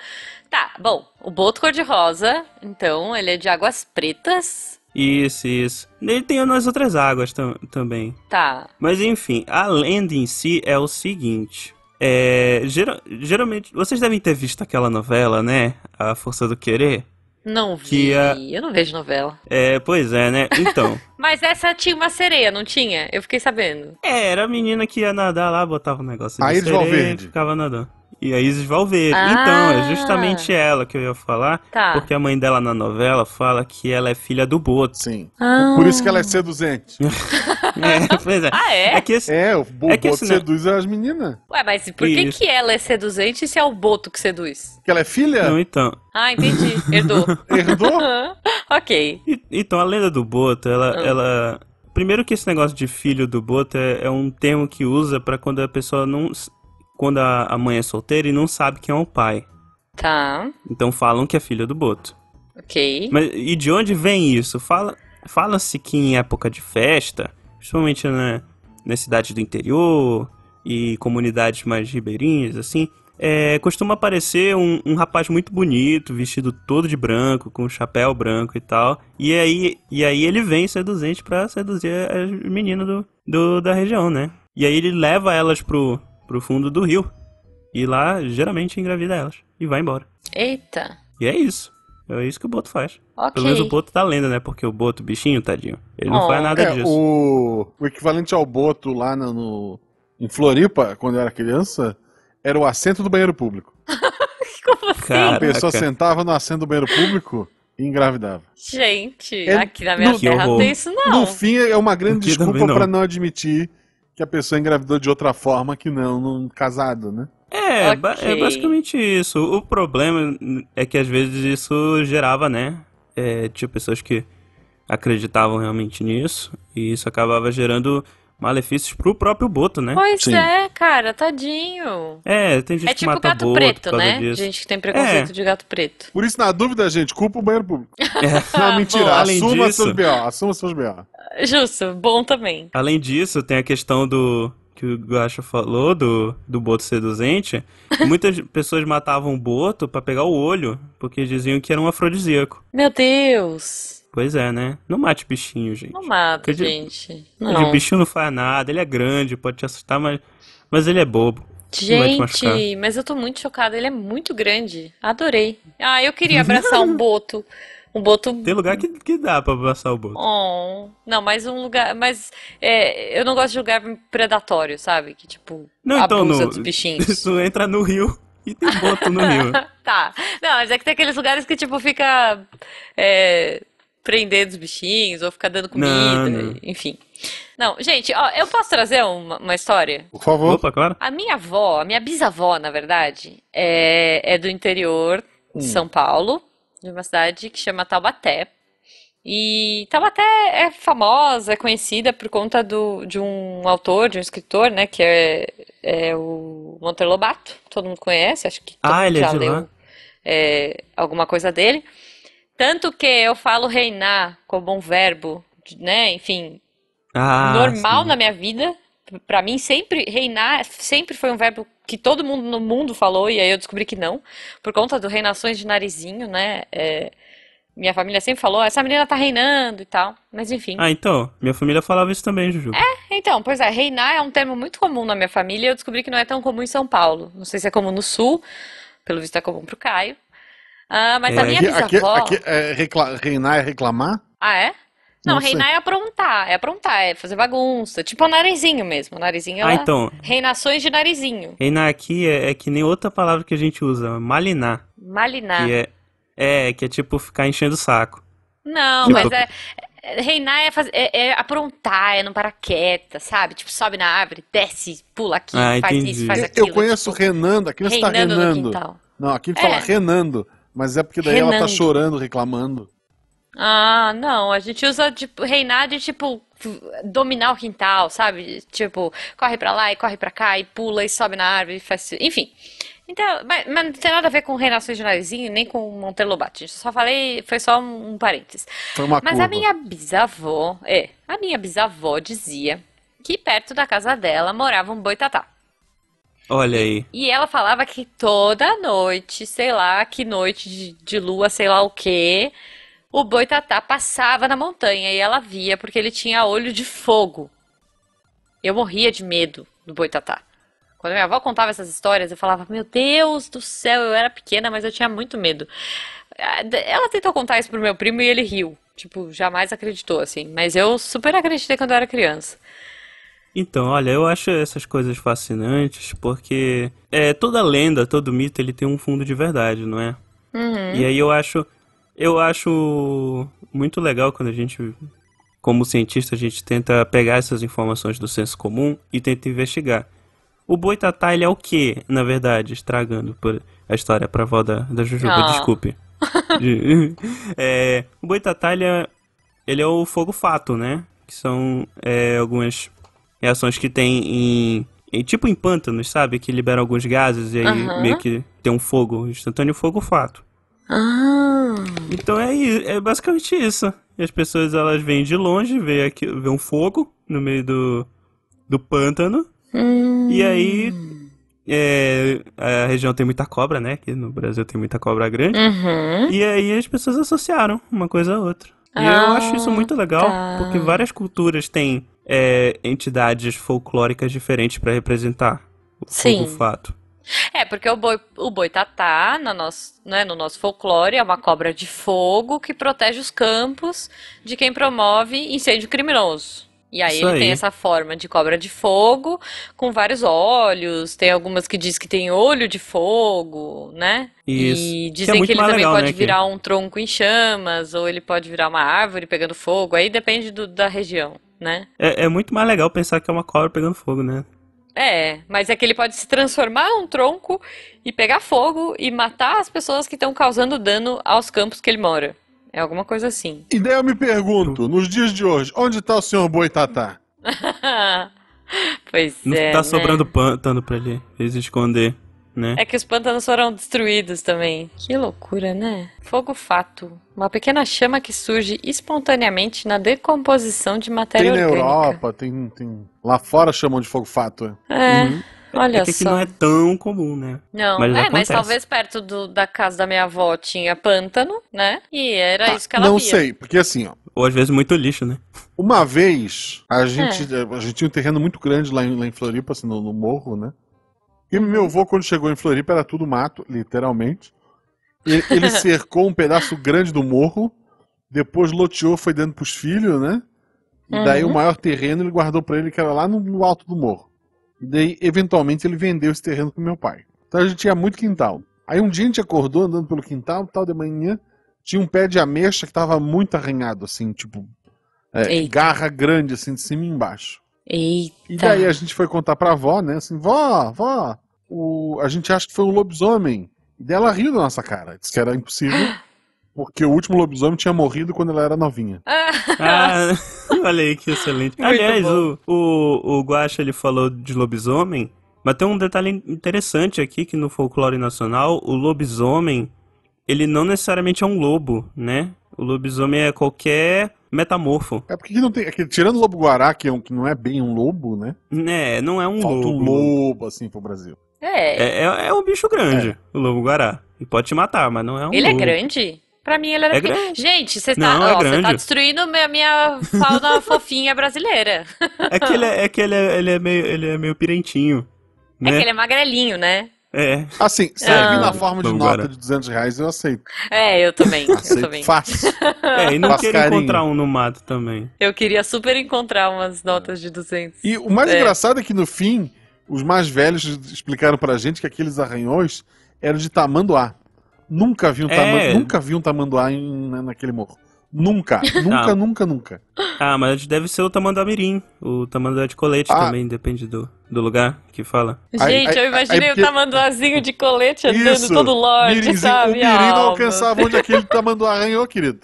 [SPEAKER 1] tá, bom, o boto cor-de-rosa, então ele é de águas pretas.
[SPEAKER 3] Isso, isso. Ele tem nas outras águas tam- também.
[SPEAKER 1] Tá.
[SPEAKER 3] Mas enfim, a lenda em si é o seguinte. É, gera- geralmente, vocês devem ter visto aquela novela, né? A Força do Querer.
[SPEAKER 1] Não
[SPEAKER 3] Que
[SPEAKER 1] vi.
[SPEAKER 3] a-
[SPEAKER 1] Eu não vejo novela.
[SPEAKER 3] É, pois é, né? Então.
[SPEAKER 1] Mas essa tinha uma sereia, não tinha? Eu fiquei sabendo.
[SPEAKER 3] É, era a menina que ia nadar lá, botava um negócio
[SPEAKER 2] A
[SPEAKER 3] de
[SPEAKER 2] Iris
[SPEAKER 3] sereia e
[SPEAKER 2] Valverde.
[SPEAKER 3] ficava nadando. E a Isis Valverde.
[SPEAKER 1] Ah.
[SPEAKER 3] Então, é justamente ela que eu ia falar,
[SPEAKER 1] Tá.
[SPEAKER 3] porque a mãe dela na novela fala que ela é filha do Boto.
[SPEAKER 2] Sim.
[SPEAKER 1] Ah.
[SPEAKER 2] Por isso que ela é seduzente.
[SPEAKER 3] É, pois é.
[SPEAKER 1] Ah, é?
[SPEAKER 3] É que esse-
[SPEAKER 2] É, o Bobo
[SPEAKER 3] É que esse não-
[SPEAKER 2] seduz as meninas.
[SPEAKER 1] Ué, mas e por que
[SPEAKER 3] Isso.
[SPEAKER 1] que ela é seduzente se é o Boto que seduz?
[SPEAKER 2] Que ela é filha?
[SPEAKER 3] Não, então.
[SPEAKER 1] Ah, entendi. Herdou.
[SPEAKER 2] Herdou?
[SPEAKER 1] Ok.
[SPEAKER 3] E- Então, a lenda do Boto, ela,
[SPEAKER 1] Ah.
[SPEAKER 3] ela. Primeiro que esse negócio de filho do Boto é, é um termo que usa pra quando a pessoa não. s- Quando a, a mãe é solteira e não sabe quem é o pai.
[SPEAKER 1] Tá.
[SPEAKER 3] Então falam que é filho do Boto.
[SPEAKER 1] Ok.
[SPEAKER 3] Mas e de onde vem isso? Fala, fala-se que em época de festa, principalmente na, na cidade do interior e comunidades mais ribeirinhas, assim, é, costuma aparecer um, um rapaz muito bonito, vestido todo de branco, com um chapéu branco e tal. E aí, e aí ele vem seduzente pra seduzir as meninas do, do- da região, né? E aí ele leva elas pro, pro fundo do rio. E lá, geralmente, engravida elas. E vai embora.
[SPEAKER 1] Eita.
[SPEAKER 3] E é isso. É isso que o Boto faz.
[SPEAKER 1] Ok.
[SPEAKER 3] Pelo menos o Boto tá lendo, né? Porque o Boto, bichinho, tadinho, ele não
[SPEAKER 1] Oh.
[SPEAKER 3] faz nada
[SPEAKER 2] É,
[SPEAKER 3] disso.
[SPEAKER 2] o, o equivalente ao Boto lá no, no- em Floripa, quando eu era criança, era o assento do banheiro público.
[SPEAKER 1] Como assim?
[SPEAKER 2] A
[SPEAKER 3] Cara. Caraca.
[SPEAKER 2] pessoa sentava no assento do banheiro público e engravidava.
[SPEAKER 1] Gente,
[SPEAKER 2] É,
[SPEAKER 1] aqui na minha
[SPEAKER 2] no-
[SPEAKER 1] terra não tem
[SPEAKER 3] Que horror. né?
[SPEAKER 1] isso, não.
[SPEAKER 2] No fim, é uma grande
[SPEAKER 3] Aqui também
[SPEAKER 2] desculpa
[SPEAKER 3] não.
[SPEAKER 2] pra não admitir que a pessoa engravidou de outra forma que não num casado, né?
[SPEAKER 3] É,
[SPEAKER 1] Ok.
[SPEAKER 3] ba- é basicamente isso. O problema é que às vezes isso gerava, né? É, tinha pessoas que acreditavam realmente nisso. E isso acabava gerando malefícios pro próprio Boto, né?
[SPEAKER 1] Pois
[SPEAKER 2] Sim.
[SPEAKER 1] é, cara, tadinho.
[SPEAKER 3] É, tem gente
[SPEAKER 1] É
[SPEAKER 3] que
[SPEAKER 1] tipo
[SPEAKER 3] mata
[SPEAKER 1] gato
[SPEAKER 3] Boto por
[SPEAKER 1] preto,
[SPEAKER 3] causa
[SPEAKER 1] né?
[SPEAKER 3] disso.
[SPEAKER 1] Gente que tem preconceito
[SPEAKER 3] É.
[SPEAKER 1] de gato preto.
[SPEAKER 2] Por isso, na dúvida, gente, culpa o banheiro público.
[SPEAKER 1] Ah,
[SPEAKER 2] Não, mentira.
[SPEAKER 1] boa.
[SPEAKER 3] É. Além
[SPEAKER 2] assuma
[SPEAKER 3] disso-
[SPEAKER 2] seus B.O. Assuma seus B.O.
[SPEAKER 1] Justo, bom também.
[SPEAKER 3] Além disso, tem a questão do que o Guaxa falou do, do boto seduzente. Muitas pessoas matavam o boto pra pegar o olho, porque diziam que era um afrodisíaco.
[SPEAKER 1] Meu Deus.
[SPEAKER 3] Pois é, né? Não mate bichinho, gente.
[SPEAKER 1] Não mata,
[SPEAKER 3] Eu digo-
[SPEAKER 1] gente.
[SPEAKER 3] O
[SPEAKER 1] Não.
[SPEAKER 3] bichinho não faz nada, ele é grande, pode te assustar, mas, mas ele é bobo. não vai te machucar.
[SPEAKER 1] Gente, mas eu tô muito chocada. Ele é muito grande. Adorei. Ah, eu queria abraçar um boto. Um boto.
[SPEAKER 3] Tem lugar que, que dá pra abraçar o boto.
[SPEAKER 1] Oh. Não, mas um lugar. Mas é, eu não gosto de lugar predatório, sabe? Que tipo,
[SPEAKER 3] Não, então,
[SPEAKER 1] abusa
[SPEAKER 3] no-
[SPEAKER 1] dos bichinhos.
[SPEAKER 3] Isso entra no rio e tem boto no rio.
[SPEAKER 1] Tá. Não, mas é que tem aqueles lugares que, tipo, fica é, prendendo os bichinhos ou fica dando comida,
[SPEAKER 3] Não, não.
[SPEAKER 1] enfim. Não, gente, ó, eu posso trazer uma, uma história?
[SPEAKER 2] Por favor.
[SPEAKER 3] Opa, claro.
[SPEAKER 1] A minha avó, a minha bisavó, na verdade, é, é do interior de
[SPEAKER 3] Hum.
[SPEAKER 1] São Paulo, de uma cidade que chama Taubaté. E Taubaté é famosa, é conhecida por conta do, de um autor, de um escritor, né, que é, é o Monteiro Lobato. Todo mundo conhece, acho que todo
[SPEAKER 3] Ah,
[SPEAKER 1] mundo
[SPEAKER 3] ele é
[SPEAKER 1] já
[SPEAKER 3] de
[SPEAKER 1] leu
[SPEAKER 3] lá?
[SPEAKER 1] é, alguma coisa dele. Tanto que eu falo reinar como um verbo, né, enfim,
[SPEAKER 3] Ah,
[SPEAKER 1] normal né?
[SPEAKER 3] sim.
[SPEAKER 1] na minha vida. Pra mim, sempre reinar sempre foi um verbo que todo mundo no mundo falou, e aí eu descobri que não, por conta do reinações de narizinho, né? É, minha família sempre falou, essa menina tá reinando e tal, mas enfim.
[SPEAKER 3] Ah, então, minha família falava isso também, Juju.
[SPEAKER 1] Então, pois é, reinar é um termo muito comum na minha família, e eu descobri que não é tão comum em São Paulo. Não sei se é comum no Sul, pelo visto é comum pro Caio. Ah, mas a
[SPEAKER 3] É,
[SPEAKER 1] minha
[SPEAKER 2] Aqui, aqui,
[SPEAKER 1] bisavó.
[SPEAKER 2] aqui é recla- reinar é reclamar?
[SPEAKER 1] Ah, é? Não,
[SPEAKER 2] Não sei.
[SPEAKER 1] reinar é aprontar, é aprontar, é fazer bagunça. Tipo o narizinho mesmo. O narizinho
[SPEAKER 3] Ah,
[SPEAKER 1] ela-
[SPEAKER 3] então,
[SPEAKER 1] Reinações de narizinho.
[SPEAKER 3] Reinar aqui é, é que nem outra palavra que a gente usa, malinar,
[SPEAKER 1] Malinar.
[SPEAKER 3] que é, é que é tipo ficar enchendo o saco.
[SPEAKER 1] Não,
[SPEAKER 3] Eu
[SPEAKER 1] mas
[SPEAKER 3] tô-
[SPEAKER 1] é. é- Reinar é, faz- é- é aprontar, é não parar quieta, sabe? Tipo, sobe na árvore, desce, pula aqui,
[SPEAKER 3] Ah,
[SPEAKER 1] faz
[SPEAKER 3] entendi.
[SPEAKER 1] isso,
[SPEAKER 2] Eu,
[SPEAKER 1] faz
[SPEAKER 2] eu
[SPEAKER 1] aquilo. é
[SPEAKER 2] conheço
[SPEAKER 1] tipo,
[SPEAKER 2] Renando, aqui você tá
[SPEAKER 1] reinando no
[SPEAKER 2] renando.
[SPEAKER 1] quintal.
[SPEAKER 2] Não, aqui
[SPEAKER 1] É.
[SPEAKER 2] fala renando, mas é porque daí ela tá
[SPEAKER 1] Renando.
[SPEAKER 2] chorando, reclamando.
[SPEAKER 1] Ah, não, a gente usa tipo, reinar de tipo f- dominar o quintal, sabe? Tipo, corre pra lá e corre pra cá e pula e sobe na árvore e faz, enfim. Então, mas, mas não tem nada a ver com Reinações de Narizinho nem com Monteiro Lobato. gente. Eu só falei, foi só um, um parênteses.
[SPEAKER 2] Foi uma
[SPEAKER 1] Mas
[SPEAKER 2] curva.
[SPEAKER 1] a minha bisavó, é, a minha bisavó dizia que perto da casa dela morava um boitatá.
[SPEAKER 3] Olha aí.
[SPEAKER 1] E ela falava que toda noite, sei lá, que noite de, de lua, sei lá o quê, o Boitatá passava na montanha e ela via porque ele tinha olho de fogo. Eu morria de medo do Boitatá. Quando minha avó contava essas histórias, eu falava, meu Deus do céu, eu era pequena, mas eu tinha muito medo. Ah, Ela tentou contar isso pro meu primo e ele riu. Tipo, jamais acreditou, assim. Mas eu super acreditei quando eu era criança.
[SPEAKER 3] Então, olha, eu acho essas coisas fascinantes porque é, toda lenda, todo mito, ele tem um fundo de verdade, não é?
[SPEAKER 1] Uhum.
[SPEAKER 3] E aí eu acho, eu acho muito legal quando a gente, como cientista, a gente tenta pegar essas informações do senso comum e tenta investigar. O boitatá, ele é o que, na verdade, estragando por a história pra avó da, da Jujuba,
[SPEAKER 1] Ah.
[SPEAKER 3] desculpe. De- É, o boitatá, ele é, ele é o fogo-fato, né? Que são é, algumas reações que tem em, em- Tipo em pântanos, sabe? Que liberam alguns gases e aí
[SPEAKER 1] Aham.
[SPEAKER 3] meio que tem um fogo instantâneo, fogo-fato.
[SPEAKER 1] Ah,
[SPEAKER 3] Então é, i- é basicamente isso. E as pessoas elas vêm de longe, vê, aqui, vê um fogo no meio do, do pântano.
[SPEAKER 1] hum.
[SPEAKER 3] E aí é, a região tem muita cobra, né? Aqui no Brasil tem muita cobra grande.
[SPEAKER 1] Uhum.
[SPEAKER 3] E aí as pessoas associaram uma coisa a outra. E eu
[SPEAKER 1] Ah,
[SPEAKER 3] acho isso muito legal,
[SPEAKER 1] tá.
[SPEAKER 3] porque várias culturas têm é, entidades folclóricas diferentes para representar o
[SPEAKER 1] Sim.
[SPEAKER 3] fogo fato.
[SPEAKER 1] É, porque o boi, o boitatá, na nosso, né, no nosso folclore, é uma cobra de fogo que protege os campos de quem promove incêndio criminoso. E aí
[SPEAKER 3] Isso
[SPEAKER 1] ele tem
[SPEAKER 3] aí.
[SPEAKER 1] essa forma de cobra de fogo com vários olhos, tem algumas que diz que tem olho de fogo, né?
[SPEAKER 3] Isso.
[SPEAKER 1] E
[SPEAKER 3] que é
[SPEAKER 1] dizem
[SPEAKER 3] muito
[SPEAKER 1] que ele
[SPEAKER 3] mais
[SPEAKER 1] também
[SPEAKER 3] legal,
[SPEAKER 1] pode
[SPEAKER 3] né? que-
[SPEAKER 1] virar um tronco em chamas, ou ele pode virar uma árvore pegando fogo, aí depende do- da região, né?
[SPEAKER 3] É, é muito mais legal pensar que é uma cobra pegando fogo, né?
[SPEAKER 1] É, mas é que ele pode se transformar em um tronco e pegar fogo e matar as pessoas que estão causando dano aos campos que ele mora. É alguma coisa assim.
[SPEAKER 2] E daí eu me pergunto, nos dias de hoje, onde tá o senhor Boitatá?
[SPEAKER 1] Pois
[SPEAKER 3] Não
[SPEAKER 1] é,
[SPEAKER 3] tá
[SPEAKER 1] né?
[SPEAKER 3] sobrando pântano pra ele, eles esconder, né?
[SPEAKER 1] É que os pântanos foram destruídos também. Que loucura, né? Fogo fato. Uma pequena chama que surge espontaneamente na decomposição de
[SPEAKER 2] Tem
[SPEAKER 1] matéria
[SPEAKER 2] na
[SPEAKER 1] orgânica.
[SPEAKER 2] Europa, tem, tem. Lá fora chamam de fogo fato. é.
[SPEAKER 1] É,
[SPEAKER 3] Uhum.
[SPEAKER 1] olha
[SPEAKER 3] é que aqui
[SPEAKER 1] só.
[SPEAKER 3] não é tão comum, né?
[SPEAKER 1] Não,
[SPEAKER 3] Mas
[SPEAKER 1] é, mas
[SPEAKER 3] acontece.
[SPEAKER 1] talvez perto do- da casa da minha avó tinha pântano, né? E era isso que ela
[SPEAKER 2] Ah, Não
[SPEAKER 1] via.
[SPEAKER 2] sei, porque assim, ó.
[SPEAKER 3] Ou às vezes muito lixo, né?
[SPEAKER 2] Uma vez, a gente, a gente tinha um terreno muito grande lá em, lá em Floripa, assim, no, no morro, né? E meu avô, quando chegou em Floripa, era tudo mato, literalmente. E- ele cercou um pedaço grande do morro, depois loteou, foi dando pros filhos, né? E daí
[SPEAKER 1] Uhum.
[SPEAKER 2] o maior terreno ele guardou pra ele, que era lá no, no alto do morro. E daí, eventualmente, ele vendeu esse terreno pro meu pai. Então a gente tinha muito quintal. Aí um dia a gente acordou andando pelo quintal, tal de manhã, tinha um pé de ameixa que tava muito arranhado, assim, tipo, é,
[SPEAKER 1] Eita.
[SPEAKER 2] garra grande, assim, de cima e embaixo. E
[SPEAKER 1] Eita.
[SPEAKER 2] daí a gente foi contar pra avó, né? Assim, vó, vó, o... a gente acha que foi um lobisomem. E daí ela riu da nossa cara. Disse que era impossível, porque o último lobisomem tinha morrido quando ela era novinha.
[SPEAKER 3] Ah, olha aí que excelente.
[SPEAKER 1] Muito
[SPEAKER 3] Aliás,
[SPEAKER 1] bom.
[SPEAKER 3] o, o, o Guaxa ele falou de lobisomem, mas tem um detalhe interessante aqui que no folclore nacional, o lobisomem, ele não necessariamente é um lobo, né? O lobisomem é qualquer metamorfo.
[SPEAKER 2] É porque que não tem. é que tirando o lobo-guará, que, é um- que não é bem um lobo, né?
[SPEAKER 3] Né, não é um
[SPEAKER 2] Falta um
[SPEAKER 3] lobo.
[SPEAKER 2] lobo, assim, pro Brasil.
[SPEAKER 1] É.
[SPEAKER 3] É, é, é um bicho grande, o lobo-guará. E pode te matar, mas não é um
[SPEAKER 1] Ele é
[SPEAKER 3] lobo.
[SPEAKER 1] grande? Pra mim ele era
[SPEAKER 3] É
[SPEAKER 1] pequeno.
[SPEAKER 3] grande.
[SPEAKER 1] Gente, você
[SPEAKER 3] Não,
[SPEAKER 1] tá,
[SPEAKER 3] é
[SPEAKER 1] ó, você tá
[SPEAKER 3] grande.
[SPEAKER 1] destruindo a minha, minha fauna fofinha brasileira.
[SPEAKER 3] É que ele é, é que ele é, ele é meio, ele é meio pirentinho,
[SPEAKER 1] É que
[SPEAKER 3] né?
[SPEAKER 1] ele é magrelinho, né?
[SPEAKER 3] É.
[SPEAKER 2] Assim, se ele vir na
[SPEAKER 1] Ah.
[SPEAKER 2] forma de
[SPEAKER 3] Lobo-guará.
[SPEAKER 2] nota de 200 reais, eu aceito.
[SPEAKER 1] É, eu também, eu
[SPEAKER 2] Aceito
[SPEAKER 1] também.
[SPEAKER 2] fácil.
[SPEAKER 3] É, e não
[SPEAKER 2] Faz
[SPEAKER 3] quero
[SPEAKER 2] carinho.
[SPEAKER 3] encontrar um no mato também.
[SPEAKER 1] Eu queria super encontrar umas notas de 200.
[SPEAKER 2] E o mais
[SPEAKER 1] É.
[SPEAKER 2] engraçado é que no fim, os mais velhos explicaram pra gente que aqueles arranhões eram de tamanduá. Nunca vi um, tama
[SPEAKER 3] É.
[SPEAKER 2] nunca vi um tamanduá em- na- naquele morro. Nunca, nunca,
[SPEAKER 3] Não.
[SPEAKER 2] nunca, nunca.
[SPEAKER 3] Ah, mas deve ser o tamanduá mirim. O tamanduá de colete
[SPEAKER 2] Ah.
[SPEAKER 3] também, depende do, do lugar que fala.
[SPEAKER 2] Aí-
[SPEAKER 1] Gente,
[SPEAKER 2] aí-
[SPEAKER 1] eu imaginei
[SPEAKER 2] aí
[SPEAKER 1] o
[SPEAKER 2] porque-
[SPEAKER 1] tamanduazinho de colete andando
[SPEAKER 2] Isso,
[SPEAKER 1] Tá todo lorde,
[SPEAKER 2] Mirinzinho- o
[SPEAKER 1] sabe?
[SPEAKER 2] mirim
[SPEAKER 1] Ah,
[SPEAKER 2] não
[SPEAKER 1] meu-
[SPEAKER 2] alcançava onde aquele tamanduá arranhou, querido.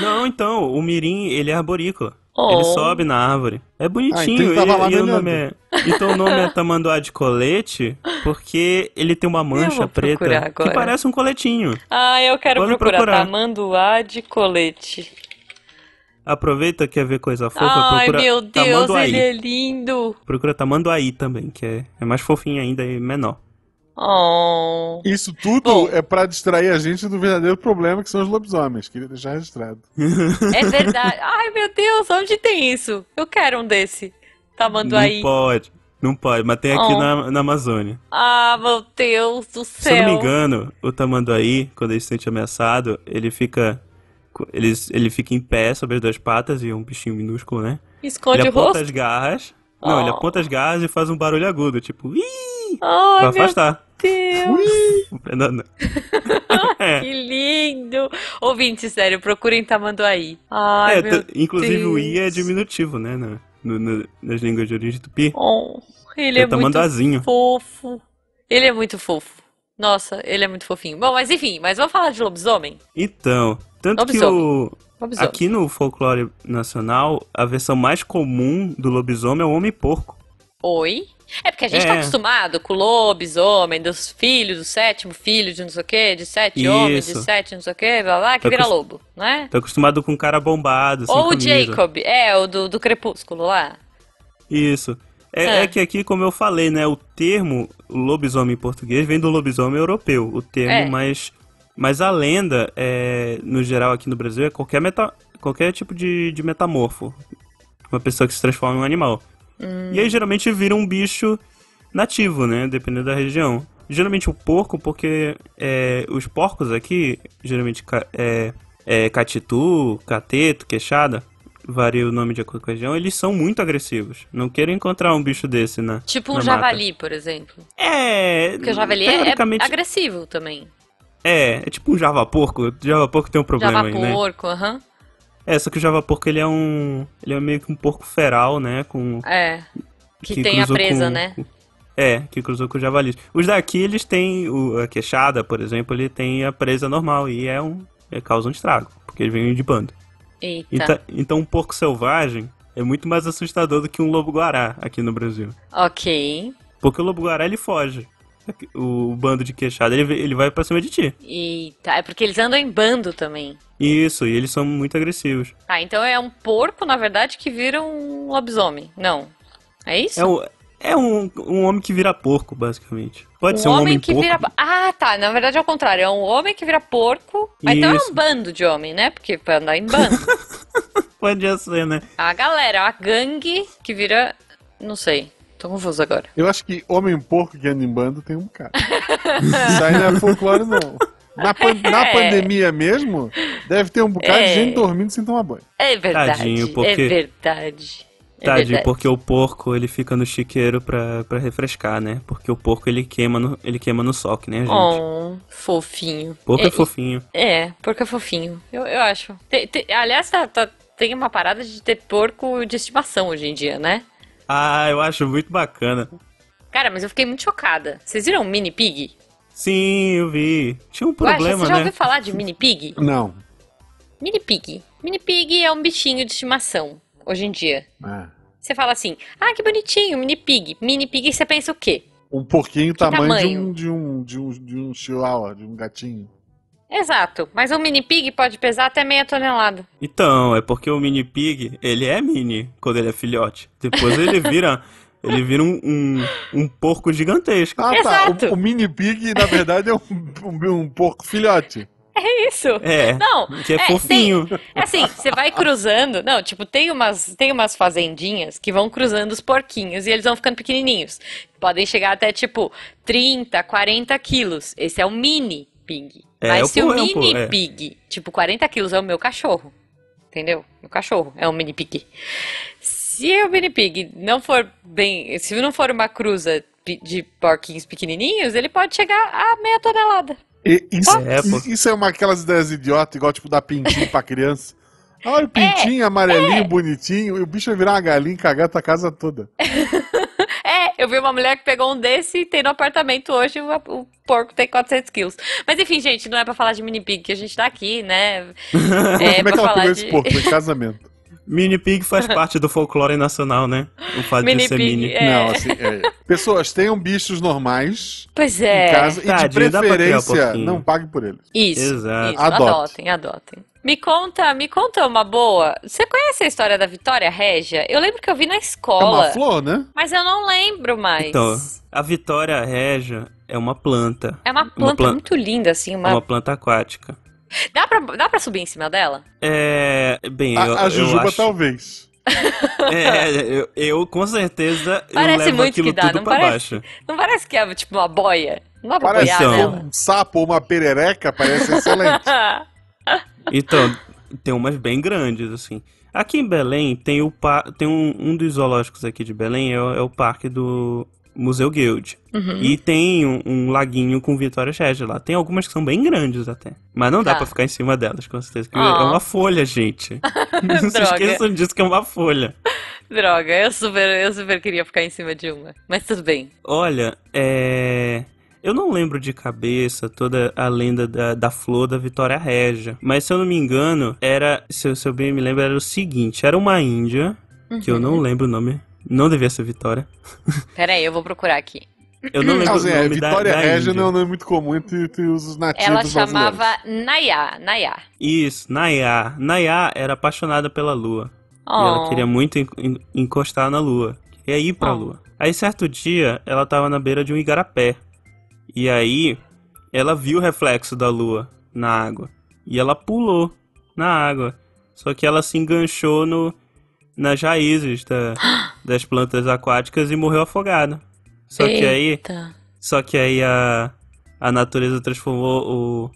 [SPEAKER 3] Não, então, o mirim, ele é arborícola.
[SPEAKER 1] Oh.
[SPEAKER 3] Ele sobe na árvore. É
[SPEAKER 2] então
[SPEAKER 3] bonitinho.
[SPEAKER 2] ele tava
[SPEAKER 3] e-
[SPEAKER 2] lá
[SPEAKER 3] e o
[SPEAKER 2] olhando.
[SPEAKER 3] nome é- Então o nome é tamanduá de colete porque ele tem uma mancha
[SPEAKER 1] vou procurar
[SPEAKER 3] preta
[SPEAKER 1] agora.
[SPEAKER 3] que parece um coletinho.
[SPEAKER 1] Ah, eu quero
[SPEAKER 3] Pode
[SPEAKER 1] procurar
[SPEAKER 3] procurar.
[SPEAKER 1] tamanduá de colete.
[SPEAKER 3] Aproveita que quer ver coisa fofa,
[SPEAKER 1] Ai,
[SPEAKER 3] procura
[SPEAKER 1] meu Deus,
[SPEAKER 3] tamanduaí.
[SPEAKER 1] ele é lindo.
[SPEAKER 3] Procura tamanduaí também, que é, é mais fofinho ainda e menor.
[SPEAKER 1] Oh.
[SPEAKER 2] Isso tudo
[SPEAKER 1] Bom.
[SPEAKER 2] é pra distrair a gente do verdadeiro problema que são os lobisomens. Queria deixar registrado.
[SPEAKER 1] É verdade. Ai, meu Deus, onde tem isso? Eu quero um desse. Tamanduaí.
[SPEAKER 3] Não pode. Não pode, mas tem aqui
[SPEAKER 1] Oh.
[SPEAKER 3] na, na Amazônia.
[SPEAKER 1] Ah, meu Deus do
[SPEAKER 3] Se eu
[SPEAKER 1] céu.
[SPEAKER 3] não me engano, o tamanduaí, quando ele se sente ameaçado, ele fica. Ele, ele fica em pé sobre as duas patas e é um bichinho minúsculo, né?
[SPEAKER 1] Esconde
[SPEAKER 3] ele
[SPEAKER 1] o
[SPEAKER 3] aponta
[SPEAKER 1] rosto.
[SPEAKER 3] as garras. Não, ele
[SPEAKER 1] Oh.
[SPEAKER 3] aponta as garras e faz um barulho agudo, tipo, ih!
[SPEAKER 1] Ai,
[SPEAKER 3] Pra
[SPEAKER 1] meu
[SPEAKER 3] afastar.
[SPEAKER 1] Deus.
[SPEAKER 3] Não, não. É.
[SPEAKER 1] Que lindo! Ouvinte, sério, procurem Tamanduaí. Ai,
[SPEAKER 3] É,
[SPEAKER 1] meu
[SPEAKER 3] t- inclusive o i é
[SPEAKER 1] Deus.
[SPEAKER 3] diminutivo, né? na- no- no- nas línguas de origem tupi.
[SPEAKER 1] Oh, ele
[SPEAKER 3] É
[SPEAKER 1] é,
[SPEAKER 3] o
[SPEAKER 1] muito
[SPEAKER 3] tamanduazinho.
[SPEAKER 1] fofo. Ele é muito fofo. Nossa, ele é muito fofinho. Bom, mas enfim, mas vamos falar de lobisomem?
[SPEAKER 3] Então, tanto que o.
[SPEAKER 1] Lobisomem.
[SPEAKER 3] Aqui no folclore nacional, a versão mais comum do lobisomem é o homem porco.
[SPEAKER 1] Oi? É porque a gente
[SPEAKER 3] É.
[SPEAKER 1] tá acostumado com lobisomem, dos filhos, do sétimo filho de não sei o quê, de sete homens, de
[SPEAKER 3] Isso.
[SPEAKER 1] sete não sei o quê, blá blá, que
[SPEAKER 3] Tá
[SPEAKER 1] vira
[SPEAKER 3] acos-
[SPEAKER 1] lobo, né?
[SPEAKER 3] Tá acostumado com um cara bombado, sem
[SPEAKER 1] Ou o
[SPEAKER 3] camisa.
[SPEAKER 1] Jacob, é, o do, do Crepúsculo lá.
[SPEAKER 3] Isso. É,
[SPEAKER 1] É.
[SPEAKER 3] é que aqui, como eu falei, né, o termo lobisomem em português vem do lobisomem europeu. O termo
[SPEAKER 1] É.
[SPEAKER 3] mais. Mas a lenda, é, no geral, aqui no Brasil, é qualquer, meta, qualquer tipo de, de metamorfo. Uma pessoa que se transforma em um animal. E aí, geralmente, vira um bicho nativo, né? Dependendo da região. Geralmente o porco, porque é, os porcos aqui, geralmente ca- é, é, catitu, cateto, queixada, varia o nome de acordo com a região, eles são muito agressivos. Não quero encontrar um bicho desse, né?
[SPEAKER 1] Tipo um
[SPEAKER 3] Na mata.
[SPEAKER 1] javali, por exemplo.
[SPEAKER 3] É.
[SPEAKER 1] Porque o javali é- é,
[SPEAKER 3] teoricamente,
[SPEAKER 1] agressivo também.
[SPEAKER 3] é, é tipo um javaporco. O javaporco tem um problema aí, né?
[SPEAKER 1] Javaporco, aham.
[SPEAKER 3] É, só que o javaporco ele é um. Ele é meio que um porco feral, né? Com,
[SPEAKER 1] É. Que tem a
[SPEAKER 3] cruzou
[SPEAKER 1] presa,
[SPEAKER 3] com-
[SPEAKER 1] né?
[SPEAKER 3] com- é, que cruzou com o javali. Os daqui, eles têm o, a queixada, por exemplo, ele tem a presa normal e é um é, causa um estrago, porque eles vêm de bando.
[SPEAKER 1] Tá. Eita.
[SPEAKER 3] Então, então um porco selvagem é muito mais assustador do que um lobo-guará aqui no Brasil.
[SPEAKER 1] Ok.
[SPEAKER 3] Porque o lobo-guará, ele foge. O, o bando de queixada, ele, vem- ele vai pra cima de ti.
[SPEAKER 1] Eita. É porque eles andam em bando também.
[SPEAKER 3] Isso, e eles são muito agressivos.
[SPEAKER 1] Ah, então é um porco, na verdade, que vira um lobisomem. Não. É isso?
[SPEAKER 3] É, o, é um, um homem que vira porco, basicamente. Pode
[SPEAKER 1] um
[SPEAKER 3] ser um
[SPEAKER 1] homem
[SPEAKER 3] homem,
[SPEAKER 1] que
[SPEAKER 3] porco.
[SPEAKER 1] vira. Ah, tá. Na verdade é o contrário. É um homem que vira porco. Mas Então é
[SPEAKER 3] Isso.
[SPEAKER 1] um bando de homem, né? Porque pra andar em bando.
[SPEAKER 3] Pode ser, né?
[SPEAKER 1] a galera, a gangue que vira. Não sei. Tô confuso agora.
[SPEAKER 2] Eu acho que homem porco que anda em bando tem um cara. Isso aí não é folclore, não. Na, pan- na
[SPEAKER 1] É.
[SPEAKER 2] pandemia mesmo, deve ter um bocado de
[SPEAKER 1] É.
[SPEAKER 2] gente dormindo sem tomar banho.
[SPEAKER 1] É verdade.
[SPEAKER 3] Tadinho, porque-
[SPEAKER 1] É verdade. É
[SPEAKER 3] Tadinho,
[SPEAKER 1] verdade.
[SPEAKER 3] porque o porco ele fica no chiqueiro pra, pra refrescar, né? Porque o porco ele queima no, ele queima no sol, que nem a gente.
[SPEAKER 1] Oh, fofinho.
[SPEAKER 3] Porco é,
[SPEAKER 1] É,
[SPEAKER 3] fofinho.
[SPEAKER 1] É, porco é fofinho. Eu, eu acho. Te- te- aliás, tá- tá- tem uma parada de ter porco de estimação hoje em dia, né?
[SPEAKER 3] Ah, eu acho muito bacana.
[SPEAKER 1] Cara, mas eu fiquei muito chocada. Vocês viram Mini Pig?
[SPEAKER 3] Sim, eu vi. Tinha um
[SPEAKER 1] Guaxa,
[SPEAKER 3] problema,
[SPEAKER 1] você já
[SPEAKER 3] né?
[SPEAKER 1] ouviu falar de Mini Pig?
[SPEAKER 2] Não.
[SPEAKER 1] Mini Pig. Mini Pig é um bichinho de estimação hoje em dia.
[SPEAKER 2] Ah.
[SPEAKER 1] Você fala assim, ah, que bonitinho, Mini Pig. Mini Pig, você pensa o quê?
[SPEAKER 2] Um porquinho tamanho,
[SPEAKER 1] tamanho?
[SPEAKER 2] De, um, de, um, de um de um chihuahua, de um gatinho.
[SPEAKER 1] Exato, mas um Mini Pig pode pesar até meia tonelada.
[SPEAKER 3] Então, é porque o mini pig, ele é mini quando ele é filhote. Depois ele vira. ele vira um, um, um porco gigantesco.
[SPEAKER 2] Ah,
[SPEAKER 1] Exato.
[SPEAKER 2] tá. O, o mini pig, na verdade, é um, um, um porco filhote.
[SPEAKER 1] É isso.
[SPEAKER 3] É.
[SPEAKER 1] Não,
[SPEAKER 3] Que é,
[SPEAKER 1] é,
[SPEAKER 3] fofinho.
[SPEAKER 1] É assim, você vai cruzando. Não, tipo, tem umas, tem umas fazendinhas que vão cruzando os porquinhos e eles vão ficando pequenininhos. Podem chegar até, tipo, 30, 40 quilos. Esse é o mini pig.
[SPEAKER 3] É,
[SPEAKER 1] Mas
[SPEAKER 3] é o
[SPEAKER 1] se o
[SPEAKER 3] pô- é o pô-
[SPEAKER 1] mini
[SPEAKER 3] é.
[SPEAKER 1] pig, tipo, 40 quilos é o meu cachorro. Entendeu? Meu cachorro é um mini pig. Se o mini pig não for bem. Se não for uma cruza pe- de porquinhos pequenininhos, ele pode chegar a meia tonelada.
[SPEAKER 2] E isso,
[SPEAKER 3] É, pô.
[SPEAKER 2] isso é uma aquelas ideias idiotas, igual tipo dar pintinho pra criança. Olha
[SPEAKER 1] É,
[SPEAKER 2] o pintinho amarelinho, bonitinho, e o bicho vai virar uma galinha e cagar a tua casa toda.
[SPEAKER 1] É, eu vi uma mulher que pegou um desse e tem no apartamento hoje, o, o porco tem 400 quilos. Mas enfim, gente, não é pra falar de mini pig que a gente tá aqui, né? É
[SPEAKER 2] Como é
[SPEAKER 1] pra
[SPEAKER 2] que ela
[SPEAKER 1] falar
[SPEAKER 2] pegou
[SPEAKER 1] de
[SPEAKER 2] esse porco? Foi casamento.
[SPEAKER 3] Mini pig faz parte do folclore nacional, né? O fato
[SPEAKER 1] mini
[SPEAKER 3] de ser
[SPEAKER 1] pig.
[SPEAKER 3] mini.
[SPEAKER 1] é.
[SPEAKER 2] Não, assim, é. Pessoas, tenham bichos normais
[SPEAKER 1] Pois
[SPEAKER 2] em
[SPEAKER 1] é,
[SPEAKER 2] casa e de
[SPEAKER 3] Tadinho, dá pra criar um
[SPEAKER 2] preferência
[SPEAKER 3] porquinho.
[SPEAKER 2] não pague por eles.
[SPEAKER 1] isso,
[SPEAKER 3] Exato.
[SPEAKER 1] isso,
[SPEAKER 2] Adote.
[SPEAKER 1] adotem, adotem. Me conta, me conta uma boa. Você conhece a história da Vitória Régia? Eu lembro que eu vi na
[SPEAKER 2] É uma
[SPEAKER 1] escola,
[SPEAKER 2] flor, né?
[SPEAKER 1] mas eu não lembro mais.
[SPEAKER 3] Então, a vitória régia é uma planta.
[SPEAKER 1] É uma planta
[SPEAKER 3] planta-
[SPEAKER 1] muito linda, assim,
[SPEAKER 3] É
[SPEAKER 1] uma...
[SPEAKER 3] uma planta aquática.
[SPEAKER 1] Dá pra, dá pra subir em cima dela?
[SPEAKER 3] É. Bem, eu,
[SPEAKER 2] A, a
[SPEAKER 3] eu
[SPEAKER 2] Jujuba tá um-
[SPEAKER 3] acho...
[SPEAKER 2] talvez.
[SPEAKER 3] É, eu, eu com certeza eu
[SPEAKER 1] Parece
[SPEAKER 3] levo
[SPEAKER 1] muito
[SPEAKER 3] aquilo
[SPEAKER 1] que dá,
[SPEAKER 3] tudo
[SPEAKER 1] não
[SPEAKER 3] pra
[SPEAKER 1] parece?
[SPEAKER 3] baixo.
[SPEAKER 1] Não parece que é tipo uma boia? Não dá pra
[SPEAKER 2] Parece
[SPEAKER 1] boiar
[SPEAKER 3] Então.
[SPEAKER 1] nela.
[SPEAKER 2] um sapo ou uma perereca, parece excelente.
[SPEAKER 3] Então, tem umas bem grandes, assim. Aqui em Belém tem o pa... tem um, um dos zoológicos aqui de Belém, é o, é o parque do Museu Guild.
[SPEAKER 1] Uhum.
[SPEAKER 3] E tem um, um laguinho com Vitória Shed lá. Tem algumas que são bem grandes até. Mas não dá
[SPEAKER 1] Tá.
[SPEAKER 3] pra ficar em cima delas, com certeza. porque
[SPEAKER 1] Ah.
[SPEAKER 3] É uma folha, gente. não se
[SPEAKER 1] Droga.
[SPEAKER 3] esqueçam disso que é uma folha.
[SPEAKER 1] Droga, eu super, eu super queria ficar em cima de uma. Mas tudo bem.
[SPEAKER 3] Olha, é. Eu não lembro de cabeça toda a lenda da, da flor da Vitória Régia. Mas se eu não me engano, era. Se eu, se eu bem me lembro, era o seguinte: era uma Índia, que eu
[SPEAKER 2] Uhum.
[SPEAKER 3] não lembro o nome. Não devia ser Vitória.
[SPEAKER 1] Pera aí, eu vou procurar aqui.
[SPEAKER 3] Eu não lembro
[SPEAKER 2] Não, assim,
[SPEAKER 3] o
[SPEAKER 2] é,
[SPEAKER 3] nome da,
[SPEAKER 2] Vitória
[SPEAKER 3] da
[SPEAKER 2] Régia
[SPEAKER 3] Índia.
[SPEAKER 2] não é um nome muito comum entre, entre os nativos
[SPEAKER 1] Ela
[SPEAKER 2] brasileiros.
[SPEAKER 1] chamava Nayá, Nayá.
[SPEAKER 3] Isso, Nayá. Nayá era apaixonada pela lua. E ela
[SPEAKER 1] Oh.
[SPEAKER 3] queria muito en- en- encostar na lua. Queria ir pra
[SPEAKER 1] Oh.
[SPEAKER 3] lua. Aí certo dia, ela tava na beira de um igarapé. E aí, ela viu o reflexo da lua na água. E ela pulou na água. Só que ela se enganchou no, nas raízes da- das plantas aquáticas e morreu afogada. Só que aí,
[SPEAKER 1] Eita.
[SPEAKER 3] só que aí a, a natureza transformou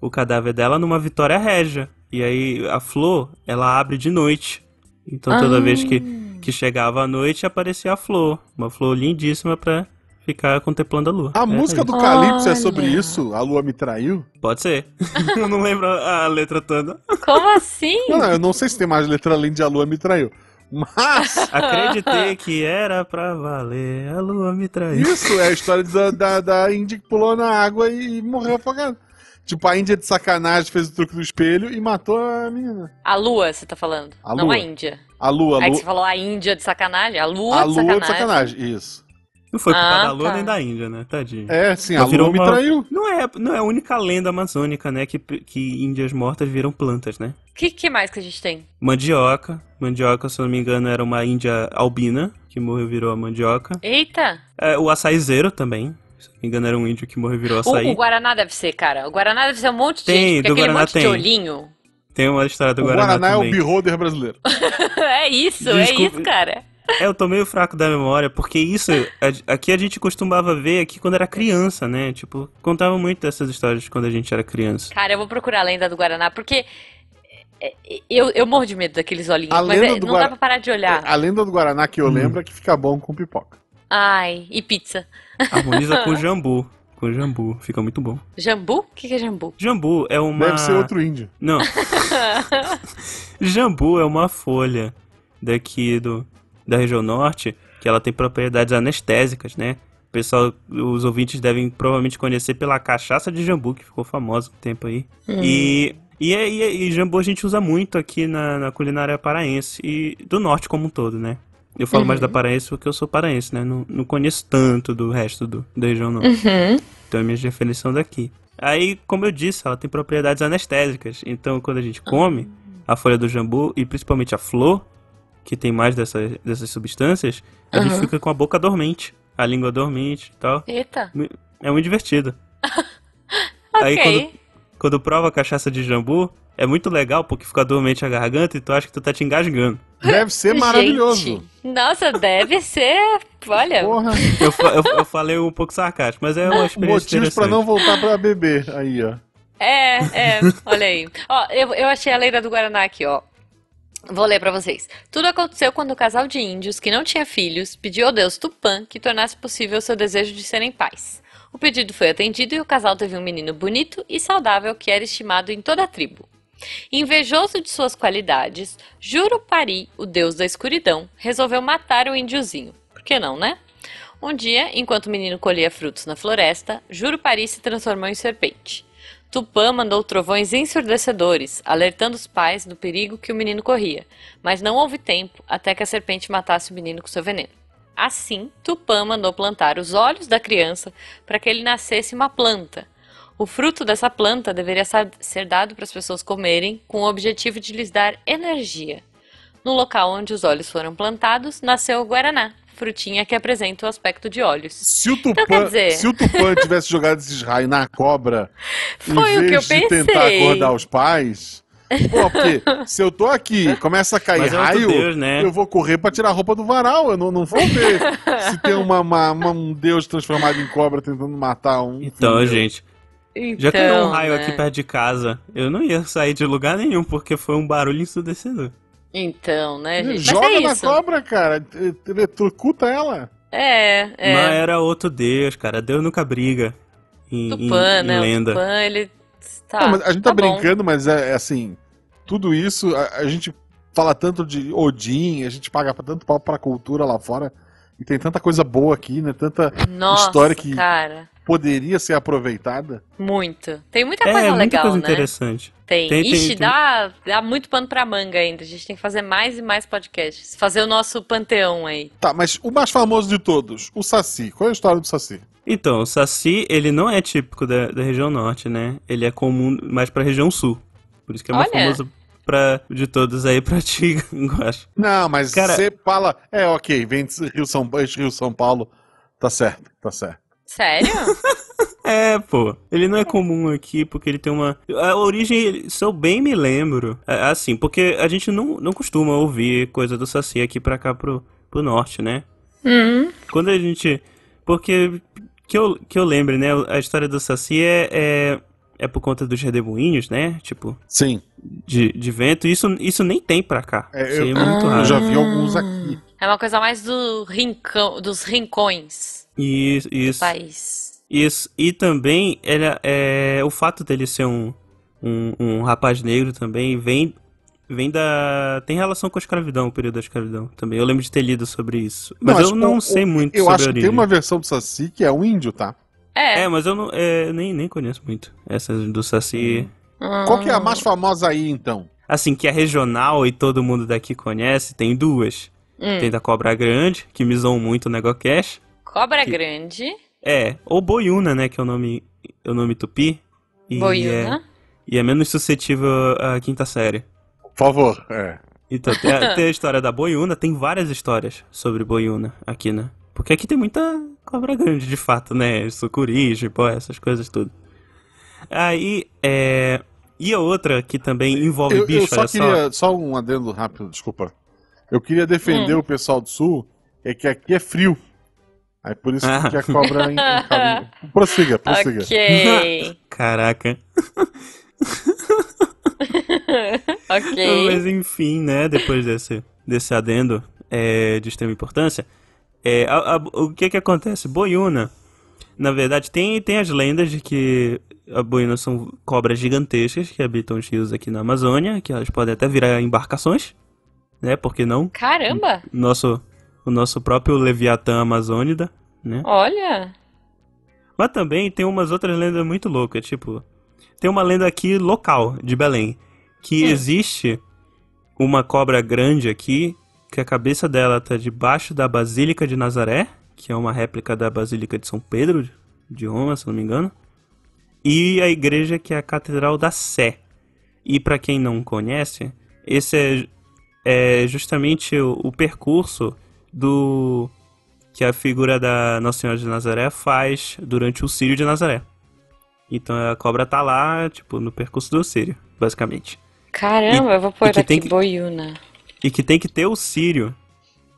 [SPEAKER 3] o, o cadáver dela numa vitória régia. E aí a flor, ela abre de noite. Então toda
[SPEAKER 1] Ah.
[SPEAKER 3] vez que, que chegava a noite, aparecia a flor. Uma flor lindíssima pra ficar contemplando a lua.
[SPEAKER 2] A
[SPEAKER 3] É
[SPEAKER 2] música
[SPEAKER 3] isso.
[SPEAKER 2] do Calypso é sobre
[SPEAKER 1] Olha.
[SPEAKER 2] isso? A lua me traiu?
[SPEAKER 3] Pode ser. Eu não lembro a a letra toda.
[SPEAKER 1] Como assim?
[SPEAKER 2] Não, não, eu não sei se tem mais letra além de a lua me traiu. Mas
[SPEAKER 3] Acreditei que era pra valer, a lua me traiu.
[SPEAKER 2] isso é a história da, da, da Índia que pulou na água e morreu afogada. Tipo, a Índia de sacanagem fez o truque do espelho e matou a menina.
[SPEAKER 1] A lua, você tá falando.
[SPEAKER 2] A
[SPEAKER 1] não
[SPEAKER 2] lua.
[SPEAKER 1] a Índia.
[SPEAKER 2] A lua, a
[SPEAKER 1] Aí que você
[SPEAKER 2] lua.
[SPEAKER 1] falou a Índia de sacanagem. A lua,
[SPEAKER 2] A
[SPEAKER 1] de,
[SPEAKER 2] lua é
[SPEAKER 1] sacanagem.
[SPEAKER 2] de sacanagem, isso.
[SPEAKER 3] Não foi culpa
[SPEAKER 1] Ah,
[SPEAKER 3] da lua
[SPEAKER 1] tá.
[SPEAKER 3] nem da Índia, né? Tadinho.
[SPEAKER 2] É, sim, a
[SPEAKER 3] Ela
[SPEAKER 2] lua
[SPEAKER 3] virou
[SPEAKER 2] me
[SPEAKER 3] uma-
[SPEAKER 2] traiu.
[SPEAKER 3] Não é, não é a única lenda amazônica, né? Que, que índias mortas viram plantas, né?
[SPEAKER 1] O que, que mais que a gente tem?
[SPEAKER 3] Mandioca. Mandioca, se eu não me engano, era uma índia albina que morreu e virou a mandioca.
[SPEAKER 1] Eita!
[SPEAKER 3] É, o açaizeiro também. Se eu não me engano, era um índio que morreu e virou
[SPEAKER 1] O, o
[SPEAKER 3] açaí.
[SPEAKER 1] Guaraná deve ser, cara. O Guaraná deve ser um monte de
[SPEAKER 3] Tem,
[SPEAKER 1] gente. Porque
[SPEAKER 3] do
[SPEAKER 1] aquele
[SPEAKER 3] Guaraná
[SPEAKER 1] monte de
[SPEAKER 3] tem.
[SPEAKER 1] olhinho.
[SPEAKER 3] Tem uma história do
[SPEAKER 2] O
[SPEAKER 3] Guaraná,
[SPEAKER 2] Guaraná é o
[SPEAKER 3] também.
[SPEAKER 2] beholder brasileiro.
[SPEAKER 1] é isso, é
[SPEAKER 3] Desculpa.
[SPEAKER 1] isso, cara.
[SPEAKER 3] É, eu tô meio fraco da memória, porque isso a- aqui a gente costumava ver aqui quando era criança, né? Tipo, contava muito dessas histórias quando a gente era criança.
[SPEAKER 1] Cara, eu vou procurar a lenda do Guaraná, porque é, é, eu, eu morro de medo daqueles olhinhos.
[SPEAKER 2] A
[SPEAKER 1] mas
[SPEAKER 2] lenda
[SPEAKER 1] é,
[SPEAKER 2] do
[SPEAKER 1] não
[SPEAKER 2] Guara-
[SPEAKER 1] dá pra parar de olhar.
[SPEAKER 2] A lenda do Guaraná que eu
[SPEAKER 3] Hum.
[SPEAKER 2] lembro é que fica bom com pipoca.
[SPEAKER 1] Ai, e pizza.
[SPEAKER 3] Harmoniza com jambu. Com jambu, fica muito bom.
[SPEAKER 1] Jambu? O que, que é jambu?
[SPEAKER 3] Jambu é uma.
[SPEAKER 2] Deve ser outro índio.
[SPEAKER 3] Não. Jambu é uma folha daqui do, da região norte que ela tem propriedades anestésicas, né? O pessoal, os ouvintes devem provavelmente conhecer pela cachaça de jambu, que ficou famosa um tempo aí.
[SPEAKER 1] Hum.
[SPEAKER 3] E, e, é- e, é- e jambu a gente usa muito aqui na, na culinária paraense e do norte como um todo, né? Eu falo mais da
[SPEAKER 1] Uhum.
[SPEAKER 3] paraense porque eu sou paraense, né? Não, não conheço tanto do resto do, da região norte.
[SPEAKER 1] Uhum.
[SPEAKER 3] Então é minha definição daqui. Aí, como eu disse, ela tem propriedades anestésicas. Então, quando a gente
[SPEAKER 1] Ah.
[SPEAKER 3] come a folha do jambu e principalmente a flor, que tem mais dessas, dessas substâncias, a gente
[SPEAKER 1] Aham.
[SPEAKER 3] fica com a boca dormente, a língua dormente e tal.
[SPEAKER 1] Eita.
[SPEAKER 3] É muito divertido. Aí,
[SPEAKER 1] ok.
[SPEAKER 3] Quando prova a cachaça de jambu, é muito legal porque fica dormente a garganta e tu acha que tu tá te engasgando.
[SPEAKER 2] Deve ser é maravilhoso.
[SPEAKER 1] Gente, nossa, deve ser. Olha,
[SPEAKER 2] Porra,
[SPEAKER 3] Eu, fa- eu- eu falei um pouco sarcástico, mas é uma experiência
[SPEAKER 2] motivos pra
[SPEAKER 3] interessante.
[SPEAKER 2] não voltar pra beber aí, ó.
[SPEAKER 1] É, é, olha aí. Ó, eu, eu achei a lenda do Guaraná aqui, ó. Vou ler pra vocês. Tudo aconteceu quando um casal de índios que não tinha filhos pediu ao deus Tupã que tornasse possível seu desejo de serem pais. O pedido foi atendido e o casal teve um menino bonito e saudável que era estimado em toda a tribo. Invejoso de suas qualidades, Jurupari, o deus da escuridão, resolveu matar o índiozinho. Por que não, né? Um dia, enquanto o menino colhia frutos na floresta, Jurupari se transformou em serpente. Tupã mandou trovões ensurdecedores, alertando os pais do perigo que o menino corria, mas não houve tempo até que a serpente matasse o menino com seu veneno. Assim, Tupã mandou plantar os olhos da criança para que ele nascesse uma planta. O fruto dessa planta deveria sa- ser dado para as pessoas comerem com o objetivo de lhes dar energia. No local onde os olhos foram plantados, nasceu o guaraná, frutinha que apresenta o aspecto de olhos.
[SPEAKER 2] Se o
[SPEAKER 1] Então, quer
[SPEAKER 2] Tupã,
[SPEAKER 1] dizer-
[SPEAKER 2] se o Tupã tivesse jogado esses raios na cobra,
[SPEAKER 1] Foi
[SPEAKER 2] em
[SPEAKER 1] o que
[SPEAKER 2] vez
[SPEAKER 1] eu
[SPEAKER 2] de tentar
[SPEAKER 1] pensei.
[SPEAKER 2] acordar os pais, Pô, porque se eu tô aqui começa a cair
[SPEAKER 3] Mas é outro
[SPEAKER 2] raio,
[SPEAKER 3] Deus, né?
[SPEAKER 2] eu vou correr pra tirar a roupa do varal. Eu não, não vou ver se tem uma, uma- uma- um deus transformado em cobra tentando matar um.
[SPEAKER 3] Então,
[SPEAKER 2] filho.
[SPEAKER 3] gente, já
[SPEAKER 1] Então,
[SPEAKER 3] caiu um raio
[SPEAKER 1] né?
[SPEAKER 3] aqui perto de casa. Eu não ia sair de lugar nenhum, porque foi um barulho ensurdecedor.
[SPEAKER 1] Então, né, gente?
[SPEAKER 2] Hum, Joga
[SPEAKER 1] Mas é
[SPEAKER 2] na
[SPEAKER 1] isso.
[SPEAKER 2] cobra, cara. Eletrocuta ela.
[SPEAKER 1] É, é.
[SPEAKER 3] Não era outro Deus, cara. Deus nunca briga em, em-
[SPEAKER 1] Tupã,
[SPEAKER 3] em
[SPEAKER 1] né? O
[SPEAKER 3] lenda.
[SPEAKER 1] Tupã, ele. Tá,
[SPEAKER 2] Não, mas a gente tá,
[SPEAKER 1] bom.
[SPEAKER 2] brincando, mas é, é assim, tudo isso, a, a gente fala tanto de Odin, a gente paga tanto pau pra cultura lá fora, e tem tanta coisa boa aqui, né? Tanta
[SPEAKER 1] Nossa,
[SPEAKER 2] história que-
[SPEAKER 1] cara.
[SPEAKER 2] poderia ser aproveitada.
[SPEAKER 1] Muito. Tem muita
[SPEAKER 3] É,
[SPEAKER 1] coisa
[SPEAKER 3] muita
[SPEAKER 1] legal,
[SPEAKER 3] coisa
[SPEAKER 1] né?
[SPEAKER 3] interessante.
[SPEAKER 1] Tem.
[SPEAKER 3] Tem, tem,
[SPEAKER 1] Ixi,
[SPEAKER 3] tem.
[SPEAKER 1] Dá, dá muito pano pra manga ainda. A gente tem que fazer mais e mais podcasts. Fazer o nosso panteão aí.
[SPEAKER 2] Tá, mas o mais famoso de todos, o Saci. Qual é a história do Saci?
[SPEAKER 3] Então, o Saci, ele não é típico da, da região norte, né? Ele é comum mais pra região sul. Por isso que é mais
[SPEAKER 1] Olha.
[SPEAKER 3] famoso pra, de todos aí pra ti, eu acho.
[SPEAKER 2] Não, mas
[SPEAKER 3] Cara-
[SPEAKER 2] você fala, é ok, vem de Rio São, Rio São Paulo, tá certo, tá certo.
[SPEAKER 1] Sério?
[SPEAKER 3] É, pô. Ele não é comum aqui porque ele tem uma. A origem, se eu bem me lembro, é assim, porque a gente não, não costuma ouvir coisa do Saci aqui pra cá pro, pro norte, né?
[SPEAKER 1] Hum.
[SPEAKER 3] Quando a gente. Porque. Que eu, que eu lembre, né? A história do Saci é, é, é por conta dos redemoinhos, né? Tipo,
[SPEAKER 2] Sim,
[SPEAKER 3] de, de vento. Isso, isso nem tem pra cá.
[SPEAKER 2] é,
[SPEAKER 3] isso aí
[SPEAKER 2] eu,
[SPEAKER 3] é muito
[SPEAKER 2] eu
[SPEAKER 3] raro.
[SPEAKER 2] já vi alguns aqui.
[SPEAKER 1] É uma coisa mais do rincão, dos rincões
[SPEAKER 3] Isso,
[SPEAKER 1] do
[SPEAKER 3] isso,
[SPEAKER 1] país.
[SPEAKER 3] isso. E também ele, é, o fato dele ser um, um, um rapaz negro também vem, vem da. tem relação com a escravidão, o período da escravidão também. Eu lembro de ter lido sobre isso. Mas
[SPEAKER 2] Não, acho
[SPEAKER 3] eu
[SPEAKER 2] que
[SPEAKER 3] não
[SPEAKER 2] o-
[SPEAKER 3] sei muito
[SPEAKER 2] Eu
[SPEAKER 3] sobre
[SPEAKER 2] acho
[SPEAKER 3] a
[SPEAKER 2] que
[SPEAKER 3] origem.
[SPEAKER 2] tem uma versão do Saci que é um índio, tá?
[SPEAKER 1] É.
[SPEAKER 3] É, mas eu não, é, nem, nem conheço muito essas do Saci.
[SPEAKER 2] Qual
[SPEAKER 3] Ah.
[SPEAKER 2] que é a mais famosa aí, então?
[SPEAKER 3] Assim, que é regional e todo mundo daqui conhece, tem duas.
[SPEAKER 1] Hum.
[SPEAKER 3] Tem da Cobra Grande, que me zoam muito no Negocash.
[SPEAKER 1] Cobra
[SPEAKER 3] que-
[SPEAKER 1] grande.
[SPEAKER 3] É, ou Boiuna, né, que é o nome, é o nome tupi. E É,
[SPEAKER 1] Boiuna.
[SPEAKER 3] e é menos suscetível à quinta série.
[SPEAKER 2] Por favor. É.
[SPEAKER 3] Então, tem a, tem a história da Boiuna, tem várias histórias sobre Boiuna aqui, né? Porque aqui tem muita cobra grande, de fato, né? Sucuri, jipó, essas coisas tudo. Aí, é... E a outra que também envolve
[SPEAKER 2] Eu, eu
[SPEAKER 3] bicho,
[SPEAKER 2] só
[SPEAKER 3] olha só.
[SPEAKER 2] queria, só um adendo rápido, desculpa. Eu queria
[SPEAKER 3] Hum.
[SPEAKER 2] defender o pessoal do sul, é que aqui é frio. Aí por isso
[SPEAKER 3] Ah.
[SPEAKER 2] que a cobra en- encaminha. Prossiga,
[SPEAKER 3] é.
[SPEAKER 2] prossiga.
[SPEAKER 1] Ok.
[SPEAKER 3] Caraca.
[SPEAKER 1] ok.
[SPEAKER 3] Então,
[SPEAKER 1] É.
[SPEAKER 3] Mas enfim, né? Depois desse, desse adendo é, de extrema importância, é, a- a- o que que acontece? Boiuna, na verdade, tem, tem as lendas de que a boiuna são cobras gigantescas que habitam os rios aqui na Amazônia, que elas podem até virar embarcações, né? Por que não?
[SPEAKER 1] Caramba.
[SPEAKER 3] Nosso, o nosso próprio Leviatã Amazônida, né?
[SPEAKER 1] Olha.
[SPEAKER 3] Mas também tem umas outras lendas muito loucas, tipo, tem uma lenda aqui local de Belém, que
[SPEAKER 1] Hum.
[SPEAKER 3] existe uma cobra grande aqui, que a cabeça dela tá debaixo da Basílica de Nazaré, que é uma réplica da Basílica de São Pedro de Roma, se não me engano, e a igreja que é a Catedral da Sé. E pra quem não conhece, esse é é justamente o, o percurso do que a figura da Nossa Senhora de Nazaré faz durante o Sírio de Nazaré. Então a cobra tá lá, tipo, no percurso do Sírio, basicamente.
[SPEAKER 1] Caramba, eu vou pôr
[SPEAKER 3] e que tem
[SPEAKER 1] aqui
[SPEAKER 3] que-
[SPEAKER 1] boiuna.
[SPEAKER 3] E que tem que ter o Sírio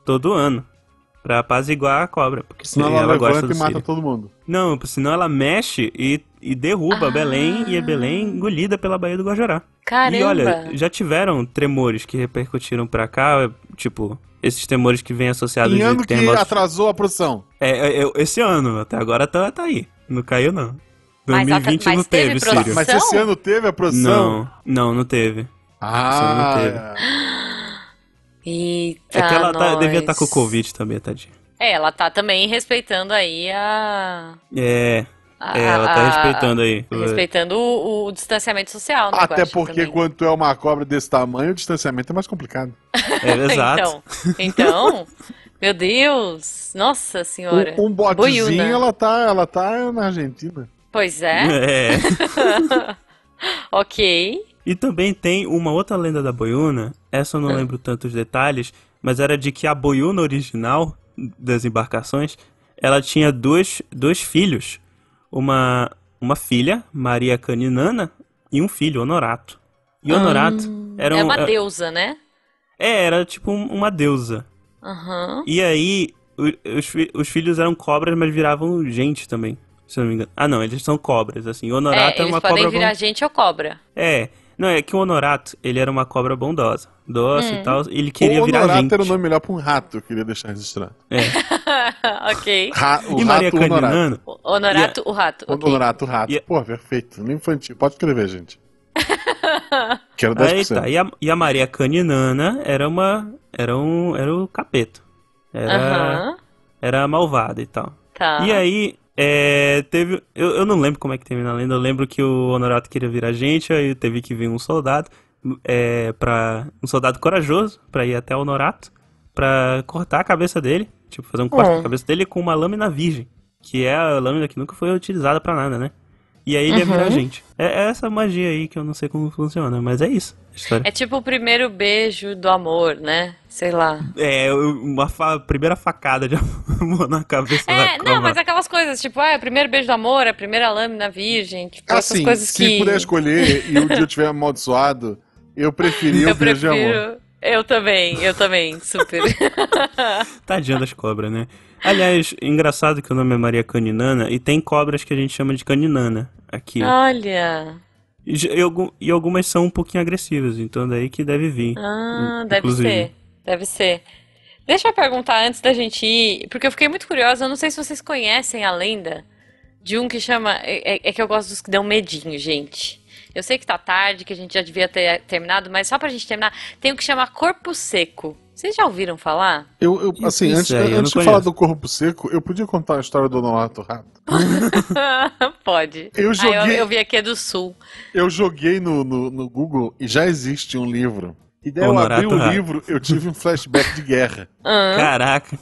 [SPEAKER 3] todo ano pra apaziguar a cobra, porque
[SPEAKER 2] Senão
[SPEAKER 3] ela,
[SPEAKER 2] ela
[SPEAKER 3] gosta
[SPEAKER 2] levanta
[SPEAKER 3] do
[SPEAKER 2] e mata
[SPEAKER 3] Sírio.
[SPEAKER 2] todo mundo.
[SPEAKER 3] Não, senão ela mexe e, e derruba
[SPEAKER 1] Ah.
[SPEAKER 3] Belém e a Belém é engolida pela Baía do Guajará.
[SPEAKER 1] Caramba.
[SPEAKER 3] E olha, já tiveram tremores que repercutiram pra cá, tipo, esses tremores que vêm associados
[SPEAKER 2] Em
[SPEAKER 3] de
[SPEAKER 2] ano que
[SPEAKER 3] terremotos.
[SPEAKER 2] atrasou a produção.
[SPEAKER 3] É, é, é, esse ano, até agora tá, tá aí. Não caiu, não.
[SPEAKER 1] Mas
[SPEAKER 3] 2020
[SPEAKER 1] atra-
[SPEAKER 3] não
[SPEAKER 1] mas
[SPEAKER 3] um teve,
[SPEAKER 1] teve pro-
[SPEAKER 3] Sírio.
[SPEAKER 2] Mas
[SPEAKER 1] São?
[SPEAKER 2] esse ano teve a produção?
[SPEAKER 3] Não, não, não teve.
[SPEAKER 2] Ah,
[SPEAKER 3] Esse ano não
[SPEAKER 2] é.
[SPEAKER 1] Eita,
[SPEAKER 3] É que ela tá- devia estar
[SPEAKER 1] Ah, nós.
[SPEAKER 3] com Covid também, tadinha.
[SPEAKER 1] É, ela tá também respeitando aí a.
[SPEAKER 3] É,
[SPEAKER 1] a-
[SPEAKER 3] é, ela tá
[SPEAKER 1] a-
[SPEAKER 3] respeitando aí.
[SPEAKER 1] Ah, Respeitando o, o distanciamento social, né?
[SPEAKER 2] até
[SPEAKER 1] Guaxa,
[SPEAKER 2] porque
[SPEAKER 1] também.
[SPEAKER 2] quando tu é uma cobra desse tamanho, o distanciamento é mais complicado.
[SPEAKER 3] É, exato.
[SPEAKER 1] Então, então, meu Deus, nossa senhora.
[SPEAKER 2] Um, um botezinho,
[SPEAKER 1] Boiuna.
[SPEAKER 2] ela tá, ela tá na Argentina.
[SPEAKER 1] Pois é.
[SPEAKER 3] É.
[SPEAKER 1] ok. É
[SPEAKER 3] E também tem uma outra lenda da boiuna, essa eu não
[SPEAKER 1] Ah.
[SPEAKER 3] lembro tantos detalhes, mas era de que a boiuna original das embarcações, ela tinha dois, dois filhos, uma, uma filha, Maria Caninana, e um filho, Honorato. Yonorato era
[SPEAKER 1] Ah. é
[SPEAKER 3] um-
[SPEAKER 1] uma deusa, né?
[SPEAKER 3] É, era tipo um- uma deusa.
[SPEAKER 1] Aham.
[SPEAKER 3] E aí, o- os, fi- os filhos eram cobras, mas viravam gente também, se eu não me engano. Ah, não, eles são cobras, assim. O
[SPEAKER 1] É,
[SPEAKER 3] Honorato é,
[SPEAKER 1] eles
[SPEAKER 3] uma
[SPEAKER 1] podem
[SPEAKER 3] cobra...
[SPEAKER 1] virar
[SPEAKER 3] bon-
[SPEAKER 1] gente ou cobra.
[SPEAKER 3] É, não, é que o Honorato, ele era uma cobra bondosa. Doce e tal, ele queria
[SPEAKER 2] o
[SPEAKER 3] virar
[SPEAKER 2] Honorato
[SPEAKER 3] gente.
[SPEAKER 2] era o nome melhor pra um rato, eu queria deixar registrado.
[SPEAKER 1] ok.
[SPEAKER 2] Ra- o
[SPEAKER 3] E
[SPEAKER 2] rato
[SPEAKER 3] Maria
[SPEAKER 2] Honorato.
[SPEAKER 3] Caninano,
[SPEAKER 1] O- Honorato,
[SPEAKER 3] é-
[SPEAKER 1] o rato. ok.
[SPEAKER 2] Honorato, rato.
[SPEAKER 3] E-
[SPEAKER 2] Pô, perfeito. Nem infantil. Pode escrever, gente. Quero 10%.
[SPEAKER 3] Aí tá, e a, e a Maria Caninana era uma. Era um. Era o capeta. Era.
[SPEAKER 1] Aham.
[SPEAKER 3] Era malvada e tal.
[SPEAKER 1] Tá.
[SPEAKER 3] E aí, é, teve. Eu, eu não lembro como é que termina a lenda. Eu lembro que o Honorato queria virar gente, aí teve que vir um soldado. É, pra, um soldado corajoso pra ir até o Honorato pra cortar a cabeça dele. Tipo, fazer um corte
[SPEAKER 1] Hum.
[SPEAKER 3] na cabeça dele com uma lâmina virgem. Que é a lâmina que nunca foi utilizada pra nada, né? E aí ele ia virar
[SPEAKER 1] Uhum.
[SPEAKER 3] gente. É, é essa magia aí que eu não sei como funciona, mas é isso. A história.
[SPEAKER 1] É tipo o primeiro beijo do amor, né? Sei lá.
[SPEAKER 3] É, uma fa- primeira facada de amor na cabeça da
[SPEAKER 1] É, não,
[SPEAKER 3] cama.
[SPEAKER 1] mas aquelas coisas, tipo, ah, é o primeiro beijo do amor, a primeira lâmina virgem, tipo, essas
[SPEAKER 2] Assim,
[SPEAKER 1] coisas
[SPEAKER 2] se
[SPEAKER 1] que
[SPEAKER 2] puder escolher e o dia eu tiver amaldiçoado, eu preferia
[SPEAKER 1] eu
[SPEAKER 2] o beijo de amor.
[SPEAKER 1] prefiro. Eu também, eu também, super.
[SPEAKER 3] Tadinha das cobras, né? Aliás, engraçado que o nome é Maria Caninana e tem cobras que a gente chama de caninana aqui.
[SPEAKER 1] Ah. Olha.
[SPEAKER 3] E, j- e algu- e algumas são um pouquinho agressivas, então daí que deve vir.
[SPEAKER 1] Ah,
[SPEAKER 3] in-
[SPEAKER 1] deve
[SPEAKER 3] inclusive.
[SPEAKER 1] ser. Deve ser. Deixa eu perguntar antes da gente ir, porque eu fiquei muito curiosa, eu não sei se vocês conhecem a lenda de um que chama. É, é- é que eu gosto dos que dão medinho, gente. Eu sei que tá tarde, que a gente já devia ter terminado, mas só pra gente terminar, tem o que chama Corpo Seco. Vocês já ouviram falar?
[SPEAKER 2] Eu, eu-
[SPEAKER 3] Isso,
[SPEAKER 2] assim,
[SPEAKER 3] isso
[SPEAKER 2] antes,
[SPEAKER 3] aí, é, eu
[SPEAKER 2] antes
[SPEAKER 3] não
[SPEAKER 2] de falar
[SPEAKER 3] conheço.
[SPEAKER 2] do corpo seco, eu podia contar a história do Honorato Rato.
[SPEAKER 1] Pode.
[SPEAKER 2] Eu
[SPEAKER 1] Ah, eu,
[SPEAKER 2] joguei-
[SPEAKER 1] eu vi aqui é do sul.
[SPEAKER 2] Eu joguei no, no, no Google e já existe um livro. E daí
[SPEAKER 3] Honorato
[SPEAKER 2] eu abri o
[SPEAKER 3] Rato.
[SPEAKER 2] livro, eu tive um flashback de guerra.
[SPEAKER 1] Hã?
[SPEAKER 3] Caraca!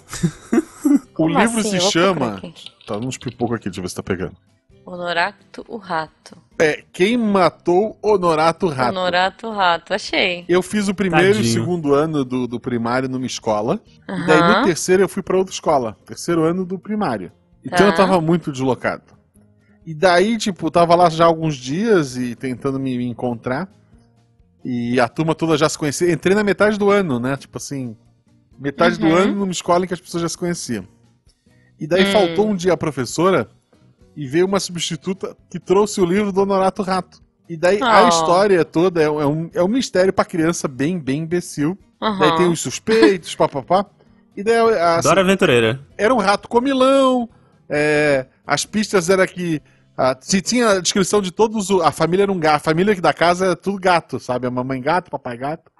[SPEAKER 2] O
[SPEAKER 1] Como
[SPEAKER 2] livro
[SPEAKER 1] assim?
[SPEAKER 2] se
[SPEAKER 1] Eu vou
[SPEAKER 2] chama.
[SPEAKER 1] procurar aqui.
[SPEAKER 2] Tá uns pipocos aqui, deixa eu ver se tá pegando.
[SPEAKER 1] Honorato o Rato.
[SPEAKER 2] É Quem Matou Honorato Rato.
[SPEAKER 1] Honorato o Rato, achei.
[SPEAKER 2] Eu fiz o primeiro e o
[SPEAKER 3] Tadinho.
[SPEAKER 2] segundo ano do, do primário numa escola. E daí no
[SPEAKER 1] Aham.
[SPEAKER 2] terceiro eu fui pra outra escola. Terceiro ano do primário. Então
[SPEAKER 1] Tá.
[SPEAKER 2] eu tava muito deslocado. E daí, tipo, eu tava lá já há alguns dias e tentando me me encontrar. E a turma toda já se conhecia. Entrei na metade do ano, né? Tipo assim, metade do
[SPEAKER 1] Uhum.
[SPEAKER 2] ano numa escola em que as pessoas já se conheciam. E daí
[SPEAKER 1] Hum.
[SPEAKER 2] faltou um dia a professora e veio uma substituta que trouxe o livro do Honorato Rato. E daí a
[SPEAKER 1] Oh.
[SPEAKER 2] história toda é um, é um- é um mistério pra criança bem, bem imbecil. Daí
[SPEAKER 1] Aham.
[SPEAKER 2] tem os suspeitos, papapá. E daí a- a-
[SPEAKER 3] Dora Aventureira.
[SPEAKER 2] era um rato comilão. é, as pistas era que. a- se tinha a descrição de todos. o- A família era um gato. A família da casa era tudo gato, sabe? A mamãe gato, papai gato.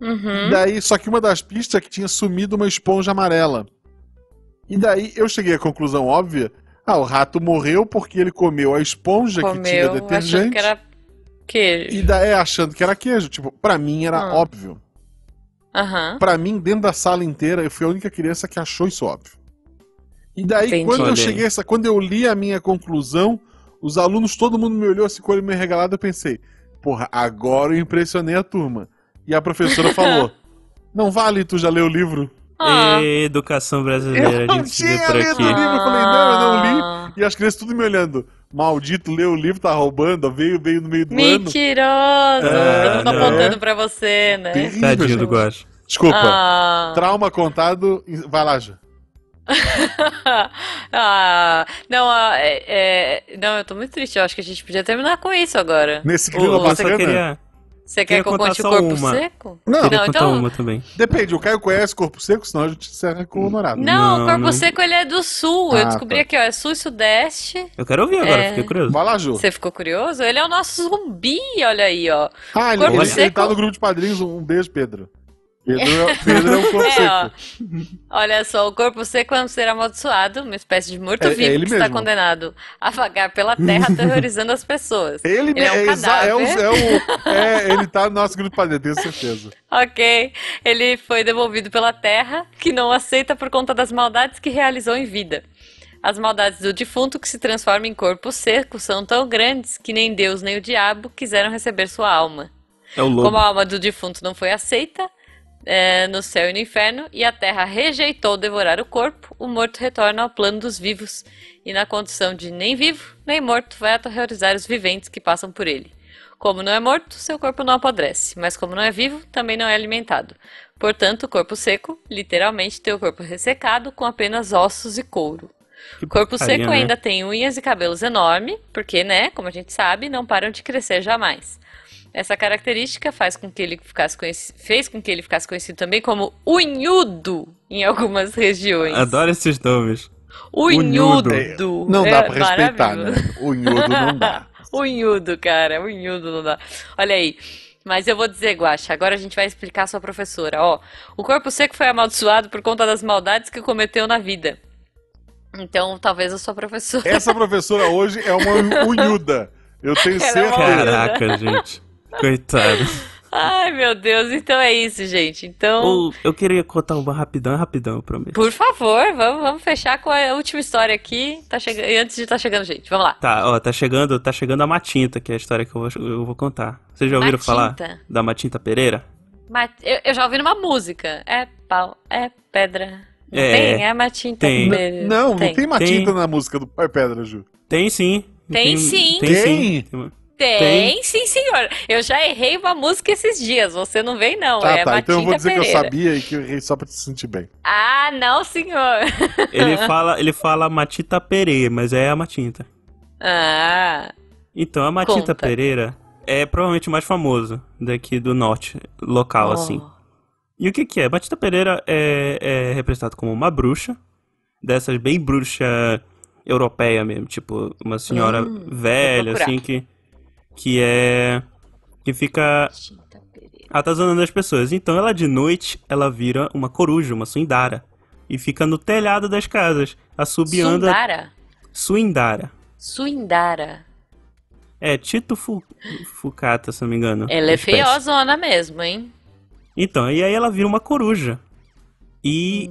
[SPEAKER 1] Uhum.
[SPEAKER 2] Daí, só que uma das pistas é que tinha sumido uma esponja amarela. E daí eu cheguei à conclusão óbvia. Ah, o rato morreu porque ele comeu a esponja que tinha
[SPEAKER 1] Comeu, achando
[SPEAKER 2] detergente.
[SPEAKER 1] que era queijo.
[SPEAKER 2] E daí achando que era queijo. Tipo, pra mim era
[SPEAKER 1] Ah.
[SPEAKER 2] óbvio.
[SPEAKER 1] Aham.
[SPEAKER 2] Pra mim, dentro da sala inteira, eu fui a única criança que achou isso óbvio. E daí,
[SPEAKER 1] Entendi.
[SPEAKER 2] quando
[SPEAKER 3] Olha
[SPEAKER 2] eu
[SPEAKER 3] aí.
[SPEAKER 2] cheguei, a essa, quando eu li a minha conclusão, os alunos, todo mundo me olhou assim com o olho meio regalado, eu pensei, porra, agora eu impressionei a turma. E a professora falou, não vale, tu já leu o livro.
[SPEAKER 1] Ah.
[SPEAKER 3] Ê, educação brasileira,
[SPEAKER 2] Eu
[SPEAKER 3] a
[SPEAKER 2] não
[SPEAKER 3] gente se vê
[SPEAKER 2] tinha
[SPEAKER 3] por
[SPEAKER 2] lido o
[SPEAKER 3] aqui.
[SPEAKER 2] livro, eu falei, não, eu não
[SPEAKER 1] Ah.
[SPEAKER 2] li. Um E as crianças tudo me olhando, maldito, leu o livro, tá roubando, ó, veio, veio no meio do ano.
[SPEAKER 1] Mentiroso!
[SPEAKER 2] É,
[SPEAKER 1] Todo mundo
[SPEAKER 3] Ah,
[SPEAKER 2] né?
[SPEAKER 3] não.
[SPEAKER 1] apontando pra você, né?
[SPEAKER 2] Terrível,
[SPEAKER 3] Tadinho
[SPEAKER 2] gente.
[SPEAKER 3] do Guacho.
[SPEAKER 2] Desculpa,
[SPEAKER 1] Ah.
[SPEAKER 2] trauma contado, vai lá, já.
[SPEAKER 1] Ah. Não, ah, é, é, não, eu tô muito triste. Eu acho que a gente podia terminar com isso agora.
[SPEAKER 2] Nesse
[SPEAKER 1] Ô,
[SPEAKER 2] clima
[SPEAKER 1] eu só
[SPEAKER 3] Eu só
[SPEAKER 2] bacana...
[SPEAKER 3] queria,
[SPEAKER 1] Você quer
[SPEAKER 3] queria
[SPEAKER 1] que eu
[SPEAKER 3] contar
[SPEAKER 1] conte o
[SPEAKER 3] só
[SPEAKER 1] corpo
[SPEAKER 3] uma.
[SPEAKER 1] seco?
[SPEAKER 2] Não,
[SPEAKER 3] queria
[SPEAKER 1] Não,
[SPEAKER 3] contar
[SPEAKER 1] então-
[SPEAKER 3] uma também.
[SPEAKER 2] Depende, o Caio conhece Corpo Seco, senão a gente encerra
[SPEAKER 1] Hum.
[SPEAKER 2] com o Honorado.
[SPEAKER 1] Não, o
[SPEAKER 3] Não,
[SPEAKER 1] corpo
[SPEAKER 3] não.
[SPEAKER 1] seco ele é do sul.
[SPEAKER 2] Ah,
[SPEAKER 1] Eu descobri
[SPEAKER 2] tá.
[SPEAKER 1] aqui, ó, é sul e sudeste.
[SPEAKER 3] Eu quero ouvir agora,
[SPEAKER 1] É.
[SPEAKER 3] fiquei curioso.
[SPEAKER 2] Vai lá, Ju.
[SPEAKER 1] Você ficou curioso? Ele é o nosso zumbi, olha aí, ó.
[SPEAKER 2] Ah, ele,
[SPEAKER 1] Corpo
[SPEAKER 2] ele,
[SPEAKER 1] Seco-
[SPEAKER 2] ele tá no grupo de padrinhos. Um um beijo, Pedro. Pedro é, Pedro é um Corpo
[SPEAKER 1] É, ó.
[SPEAKER 2] Seco.
[SPEAKER 1] Olha só, o corpo seco é um ser amaldiçoado, uma espécie de morto-vivo
[SPEAKER 2] É- é ele
[SPEAKER 1] que está
[SPEAKER 2] mesmo.
[SPEAKER 1] condenado a vagar pela terra aterrorizando as pessoas.
[SPEAKER 2] Ele,
[SPEAKER 1] Ele é um
[SPEAKER 2] exa- é o-
[SPEAKER 1] cadáver.
[SPEAKER 2] é o- é, ele tá no nosso grupo de padrinhos, tenho certeza.
[SPEAKER 1] Ok, ele foi devolvido pela terra, que não aceita por conta das maldades que realizou em vida. As maldades do defunto que se transforma em corpo seco são tão grandes que nem Deus nem o diabo quiseram receber sua alma.
[SPEAKER 3] É o
[SPEAKER 1] Como
[SPEAKER 3] lobo.
[SPEAKER 1] a alma do defunto não foi aceita é, no céu e no inferno, e a terra rejeitou devorar o corpo, o morto retorna ao plano dos vivos, e na condição de nem vivo nem morto vai aterrorizar os viventes que passam por ele. Como não é morto, seu corpo não apodrece, mas como não é vivo, também não é alimentado. Portanto, corpo seco, literalmente teu corpo ressecado com apenas ossos e couro.
[SPEAKER 3] Que
[SPEAKER 1] Corpo
[SPEAKER 3] porcaria,
[SPEAKER 1] seco
[SPEAKER 3] né?
[SPEAKER 1] ainda tem unhas e cabelos enorme, porque, né, como a gente sabe, não param de crescer jamais. Essa característica faz com que ele ficasse conheci- fez com que ele ficasse conhecido também como unhudo em algumas regiões.
[SPEAKER 3] Adoro esses nomes.
[SPEAKER 1] Unhudo.
[SPEAKER 2] Unhudo. É, Não
[SPEAKER 1] É,
[SPEAKER 2] dá pra respeitar, né?
[SPEAKER 1] maravilhoso.
[SPEAKER 2] O nhodo não dá.
[SPEAKER 1] Unhudo, cara, unhudo não dá. Olha aí. Mas eu vou dizer, Guaxa, agora a gente vai explicar a sua professora. Ó, o corpo seco foi amaldiçoado por conta das maldades que cometeu na vida. Então, talvez a sua professora.
[SPEAKER 2] Essa professora hoje é uma unhuda. Eu tenho
[SPEAKER 1] Ela é uma
[SPEAKER 2] certeza.
[SPEAKER 3] Caraca, gente. Coitado.
[SPEAKER 1] Ai, meu Deus, então é isso, gente. Então,
[SPEAKER 3] Ou eu queria contar uma rapidão, rapidão, eu prometo.
[SPEAKER 1] por favor, vamos, vamos fechar com a última história aqui. Tá chegando, antes de tá chegando, gente, vamos lá.
[SPEAKER 3] Tá, ó, tá chegando, tá chegando a Matinta, que é a história que eu vou, eu vou contar. Vocês já ouviram falar
[SPEAKER 1] Matinta.
[SPEAKER 3] da Matinta Pereira?
[SPEAKER 1] Ma- Eu, eu já ouvi numa música. É pau, é pedra. Não
[SPEAKER 3] É,
[SPEAKER 1] tem? É matinta.
[SPEAKER 3] tem.
[SPEAKER 1] primeiro.
[SPEAKER 2] Não, não tem Matinta
[SPEAKER 3] Tem.
[SPEAKER 2] na música do Pai Pedra, Ju.
[SPEAKER 3] Tem sim.
[SPEAKER 1] Tem sim.
[SPEAKER 3] Tem
[SPEAKER 2] Tem?
[SPEAKER 3] sim. Tem-
[SPEAKER 1] Tem,
[SPEAKER 3] Tem.
[SPEAKER 1] sim, senhor. Eu já errei uma música esses dias. Você não vem, não.
[SPEAKER 2] Tá,
[SPEAKER 1] é
[SPEAKER 2] tá.
[SPEAKER 1] Matinta
[SPEAKER 2] Então eu vou dizer que eu
[SPEAKER 1] Pereira.
[SPEAKER 2] sabia e que eu errei só pra te sentir bem.
[SPEAKER 1] Ah, não, senhor.
[SPEAKER 3] Ele fala, ele fala Matita Pereira, mas é a Matinta.
[SPEAKER 1] Ah,
[SPEAKER 3] Então, a Matita
[SPEAKER 1] Conta.
[SPEAKER 3] Pereira é provavelmente o mais famoso daqui do norte, local,
[SPEAKER 1] ó.
[SPEAKER 3] assim. E o que que é? Batista Pereira é, é representado como uma bruxa, dessas bem bruxa europeia mesmo, tipo uma senhora
[SPEAKER 1] Hum,
[SPEAKER 3] velha,
[SPEAKER 1] vou procurar.
[SPEAKER 3] assim, que, que é... que fica
[SPEAKER 1] Matinta Pereira.
[SPEAKER 3] atazanando as pessoas. Então ela de noite, ela vira uma coruja, uma suindara, e fica no telhado das casas, assobiando... a-
[SPEAKER 1] Sundara?
[SPEAKER 3] Suindara.
[SPEAKER 1] Suindara.
[SPEAKER 3] É, Tito Fu- Fucata, se não me engano.
[SPEAKER 1] Ela
[SPEAKER 3] a
[SPEAKER 1] é
[SPEAKER 3] espécie.
[SPEAKER 1] feiosona mesmo, hein?
[SPEAKER 3] Então, e aí ela vira uma coruja.
[SPEAKER 1] Hum.
[SPEAKER 3] E,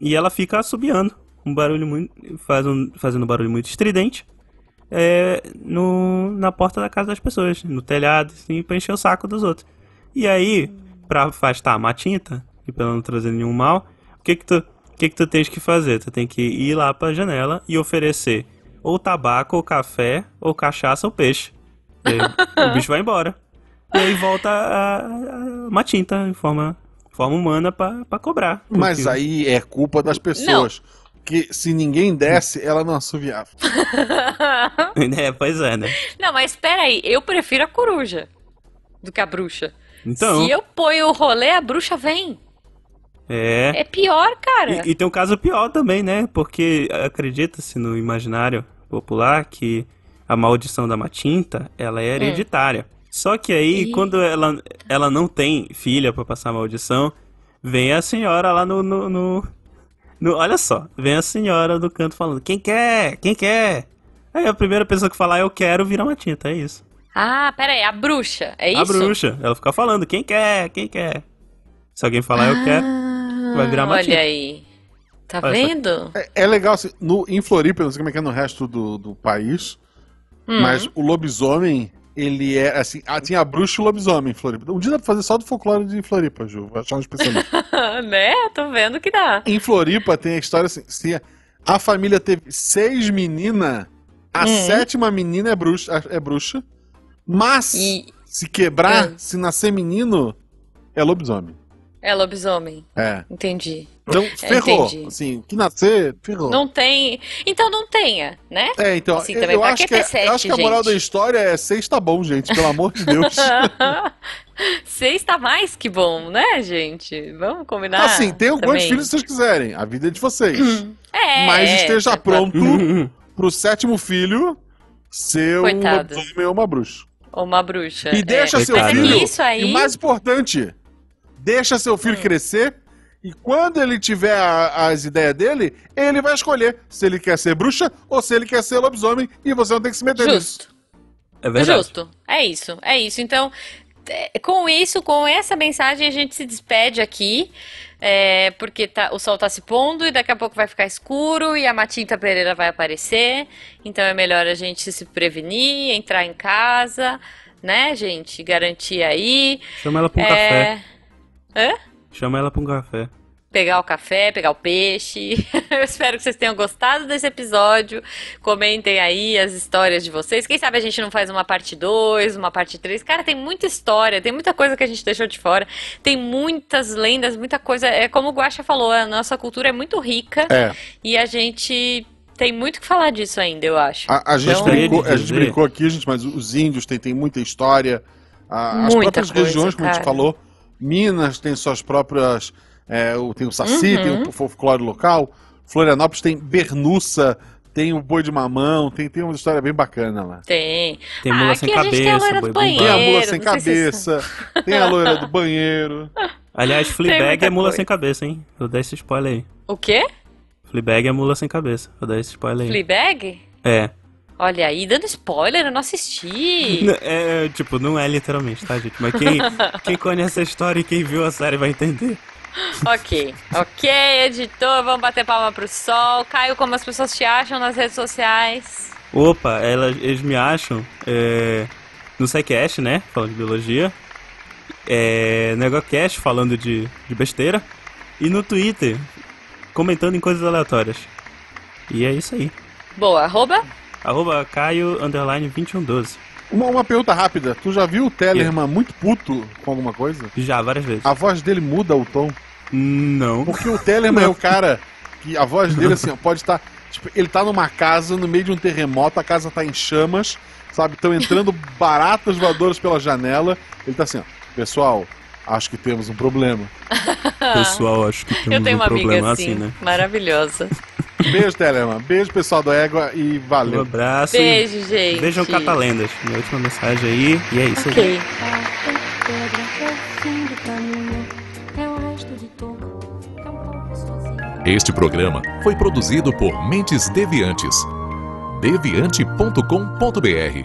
[SPEAKER 3] e ela fica assobiando. Um barulho muito. Faz um, fazendo um barulho muito estridente. é, no, na porta da casa das pessoas, no telhado, assim, pra encher o saco dos outros. E aí, pra afastar a matinta, e pra ela não trazer nenhum mal, o que que tu, o que que tu tens que fazer? Tu tem que ir lá pra janela e oferecer ou tabaco, ou café, ou cachaça, ou peixe. E aí, o bicho vai embora. E aí volta a, a- uma tinta em forma, forma humana pra, pra cobrar.
[SPEAKER 2] Mas
[SPEAKER 3] Porque-
[SPEAKER 2] aí é culpa das pessoas. Que se ninguém desse, ela não assoviava.
[SPEAKER 3] É, pois é, né?
[SPEAKER 1] Não, mas espera aí, eu prefiro a coruja do que a bruxa.
[SPEAKER 3] Então,
[SPEAKER 1] Se eu ponho o rolê, a bruxa vem.
[SPEAKER 3] é...
[SPEAKER 1] É pior, cara.
[SPEAKER 3] E, e tem um caso pior também, né? Porque acredita-se no imaginário popular que a maldição da Matinta, ela
[SPEAKER 1] Hum.
[SPEAKER 3] é hereditária. Só que aí,
[SPEAKER 1] Ih.
[SPEAKER 3] quando ela, ela não tem filha pra passar a maldição, vem a senhora lá no, no, no- no- Olha só, vem a senhora do canto falando, quem quer? Quem quer? Aí a primeira pessoa que falar, eu quero, vira uma tinta, é isso.
[SPEAKER 1] Ah, pera aí, a bruxa, é isso?
[SPEAKER 3] A bruxa, ela fica falando, quem quer? Quem quer? Se alguém falar, eu quero.
[SPEAKER 1] Ah,
[SPEAKER 3] é vai virar uma
[SPEAKER 1] Olha
[SPEAKER 3] tinta.
[SPEAKER 1] aí. Tá
[SPEAKER 3] Olha só.
[SPEAKER 1] vendo?
[SPEAKER 2] É, é legal, assim, no, em Floripa, não sei como é que é no resto do, do país,
[SPEAKER 1] Hum.
[SPEAKER 2] mas o lobisomem, ele é assim. Ah, tinha a bruxa e o lobisomem em Floripa. Um dia dá pra fazer só do folclore de Floripa, Ju. Vou achar um especialista.
[SPEAKER 1] né? Tô vendo que dá.
[SPEAKER 2] Em Floripa tem a história assim: se a família teve seis meninas, a
[SPEAKER 1] Hum.
[SPEAKER 2] sétima menina é bruxa. É bruxa mas
[SPEAKER 1] E
[SPEAKER 2] se quebrar,
[SPEAKER 1] Hum.
[SPEAKER 2] se nascer menino, é lobisomem.
[SPEAKER 1] é lobisomem,
[SPEAKER 2] É.
[SPEAKER 1] entendi.
[SPEAKER 2] Então, ferrou.
[SPEAKER 1] É, entendi.
[SPEAKER 2] Assim, o que nascer, ferrou.
[SPEAKER 1] Não tem. Então não tenha, né?
[SPEAKER 2] É, então,
[SPEAKER 1] Assim,
[SPEAKER 2] eu,
[SPEAKER 1] também,
[SPEAKER 2] eu
[SPEAKER 1] pra
[SPEAKER 2] acho
[SPEAKER 1] que
[SPEAKER 2] que, é-
[SPEAKER 1] ter sete,
[SPEAKER 2] eu acho que a moral
[SPEAKER 1] gente?
[SPEAKER 2] da história é seis tá bom, gente, pelo amor de Deus. Então,
[SPEAKER 1] Seis tá mais que bom, né, gente? Vamos combinar.
[SPEAKER 2] assim, tenham quantos
[SPEAKER 1] também.
[SPEAKER 2] filhos vocês quiserem, a vida é de vocês.
[SPEAKER 1] É,
[SPEAKER 2] Mas
[SPEAKER 1] é,
[SPEAKER 2] esteja
[SPEAKER 1] tá-
[SPEAKER 2] pronto
[SPEAKER 3] Uhum.
[SPEAKER 2] pro sétimo filho ser um
[SPEAKER 1] Coitado.
[SPEAKER 2] lobisomem ou uma bruxa.
[SPEAKER 1] Ou uma bruxa.
[SPEAKER 2] E deixa
[SPEAKER 1] é.
[SPEAKER 2] seu
[SPEAKER 1] Mas é que
[SPEAKER 2] filho.
[SPEAKER 1] isso aí. Hum.
[SPEAKER 2] E o mais importante, deixa seu filho crescer. E quando ele tiver a- as ideias dele, ele vai escolher se ele quer ser bruxa ou se ele quer ser lobisomem. E você não tem que se meter nisso.
[SPEAKER 1] Justo.
[SPEAKER 3] É verdade.
[SPEAKER 1] Justo. É isso, é isso. Então, é, com isso, com essa mensagem, a gente se despede aqui. é, porque tá- o sol tá se pondo e daqui a pouco vai ficar escuro e a Matinta Pereira vai aparecer. Então é melhor a gente se prevenir, entrar em casa, né, gente? Garantir aí.
[SPEAKER 3] Chama ela pra um
[SPEAKER 1] É,
[SPEAKER 3] café. Chama ela pra um café.
[SPEAKER 1] pegar o café, pegar o peixe. Eu espero que vocês tenham gostado desse episódio. Comentem aí as histórias de vocês. Quem sabe a gente não faz uma parte 2, uma parte 3. Cara, tem muita história, tem muita coisa que a gente deixou de fora. Tem muitas lendas, muita coisa. É como o Guaxa falou, a nossa cultura é muito rica
[SPEAKER 2] É.
[SPEAKER 1] e a gente tem muito o que falar disso ainda, eu acho.
[SPEAKER 2] A, a gente
[SPEAKER 3] Então,
[SPEAKER 2] brincou,
[SPEAKER 3] gostaria
[SPEAKER 2] a
[SPEAKER 3] de
[SPEAKER 2] gente
[SPEAKER 3] dizer-
[SPEAKER 2] brincou aqui, gente, mas os índios têm, têm muita história. A- as
[SPEAKER 1] Muita
[SPEAKER 2] próprias
[SPEAKER 1] coisa,
[SPEAKER 2] regiões, como a gente
[SPEAKER 1] cara.
[SPEAKER 2] falou, Minas tem suas próprias. é, o- tem o Saci,
[SPEAKER 1] Uhum.
[SPEAKER 2] tem o folclore local. Florianópolis tem Bernuça, tem o Boi de Mamão, tem, tem uma história bem bacana lá.
[SPEAKER 1] Tem.
[SPEAKER 3] Tem mula
[SPEAKER 1] Ah,
[SPEAKER 3] sem
[SPEAKER 1] aqui a gente tem a
[SPEAKER 3] cabeça,
[SPEAKER 1] loira do
[SPEAKER 3] boi
[SPEAKER 1] banheiro.
[SPEAKER 2] Tem a
[SPEAKER 3] bumbá.
[SPEAKER 2] mula sem
[SPEAKER 1] não sei se é
[SPEAKER 2] cabeça, tem a loira do banheiro.
[SPEAKER 3] Aliás, Fleabag
[SPEAKER 1] muita
[SPEAKER 3] é mula
[SPEAKER 1] coisa.
[SPEAKER 3] sem cabeça, hein? Vou dar esse spoiler aí.
[SPEAKER 1] O quê?
[SPEAKER 3] Fleabag é mula sem cabeça. Vou dar esse spoiler aí.
[SPEAKER 1] Fleabag?
[SPEAKER 3] É.
[SPEAKER 1] Olha aí, dando spoiler, eu não assisti.
[SPEAKER 3] N- é. Tipo, não é literalmente, tá, gente? Mas quem, quem conhece a história e quem viu a série vai entender.
[SPEAKER 1] Ok, ok, editor, vamos bater palma pro sol. Caio, como as pessoas te acham nas redes sociais?
[SPEAKER 3] Opa, elas, eles me acham é, no SciCast, né? Falando de biologia. É, NegoCast, falando de, de besteira. E no Twitter, comentando em coisas aleatórias. E é isso aí.
[SPEAKER 1] Boa, arroba?
[SPEAKER 3] Arroba Caio, underline 2112.
[SPEAKER 2] Uma, uma pergunta rápida: tu já viu o Tellerman muito puto com alguma coisa?
[SPEAKER 3] Já, várias vezes.
[SPEAKER 2] A voz dele muda o tom?
[SPEAKER 3] Não.
[SPEAKER 2] Porque o Telemann é o cara que a voz dele, assim, ó, pode estar. Tipo, ele tá numa casa, no meio de um terremoto, a casa tá em chamas, sabe? Estão entrando baratas voadoras pela janela. Ele tá assim, ó, pessoal, acho que temos um problema.
[SPEAKER 3] Pessoal, acho que temos
[SPEAKER 1] Ah. eu tenho
[SPEAKER 3] um
[SPEAKER 1] uma amiga
[SPEAKER 3] problema
[SPEAKER 1] assim,
[SPEAKER 3] assim, né?
[SPEAKER 1] maravilhosa.
[SPEAKER 2] Beijo, Telemann. Beijo, pessoal do Égua, e
[SPEAKER 3] Um
[SPEAKER 2] valeu.
[SPEAKER 3] abraço e
[SPEAKER 1] Beijo, gente.
[SPEAKER 3] vejam Catalendas. Minha última mensagem aí. E é isso aí.
[SPEAKER 1] Ok.
[SPEAKER 4] pedra, é o fim do caminho, é o resto de toco, é um pouco sozinho.
[SPEAKER 5] Este programa foi produzido por Mentes Deviantes. deviante.com.br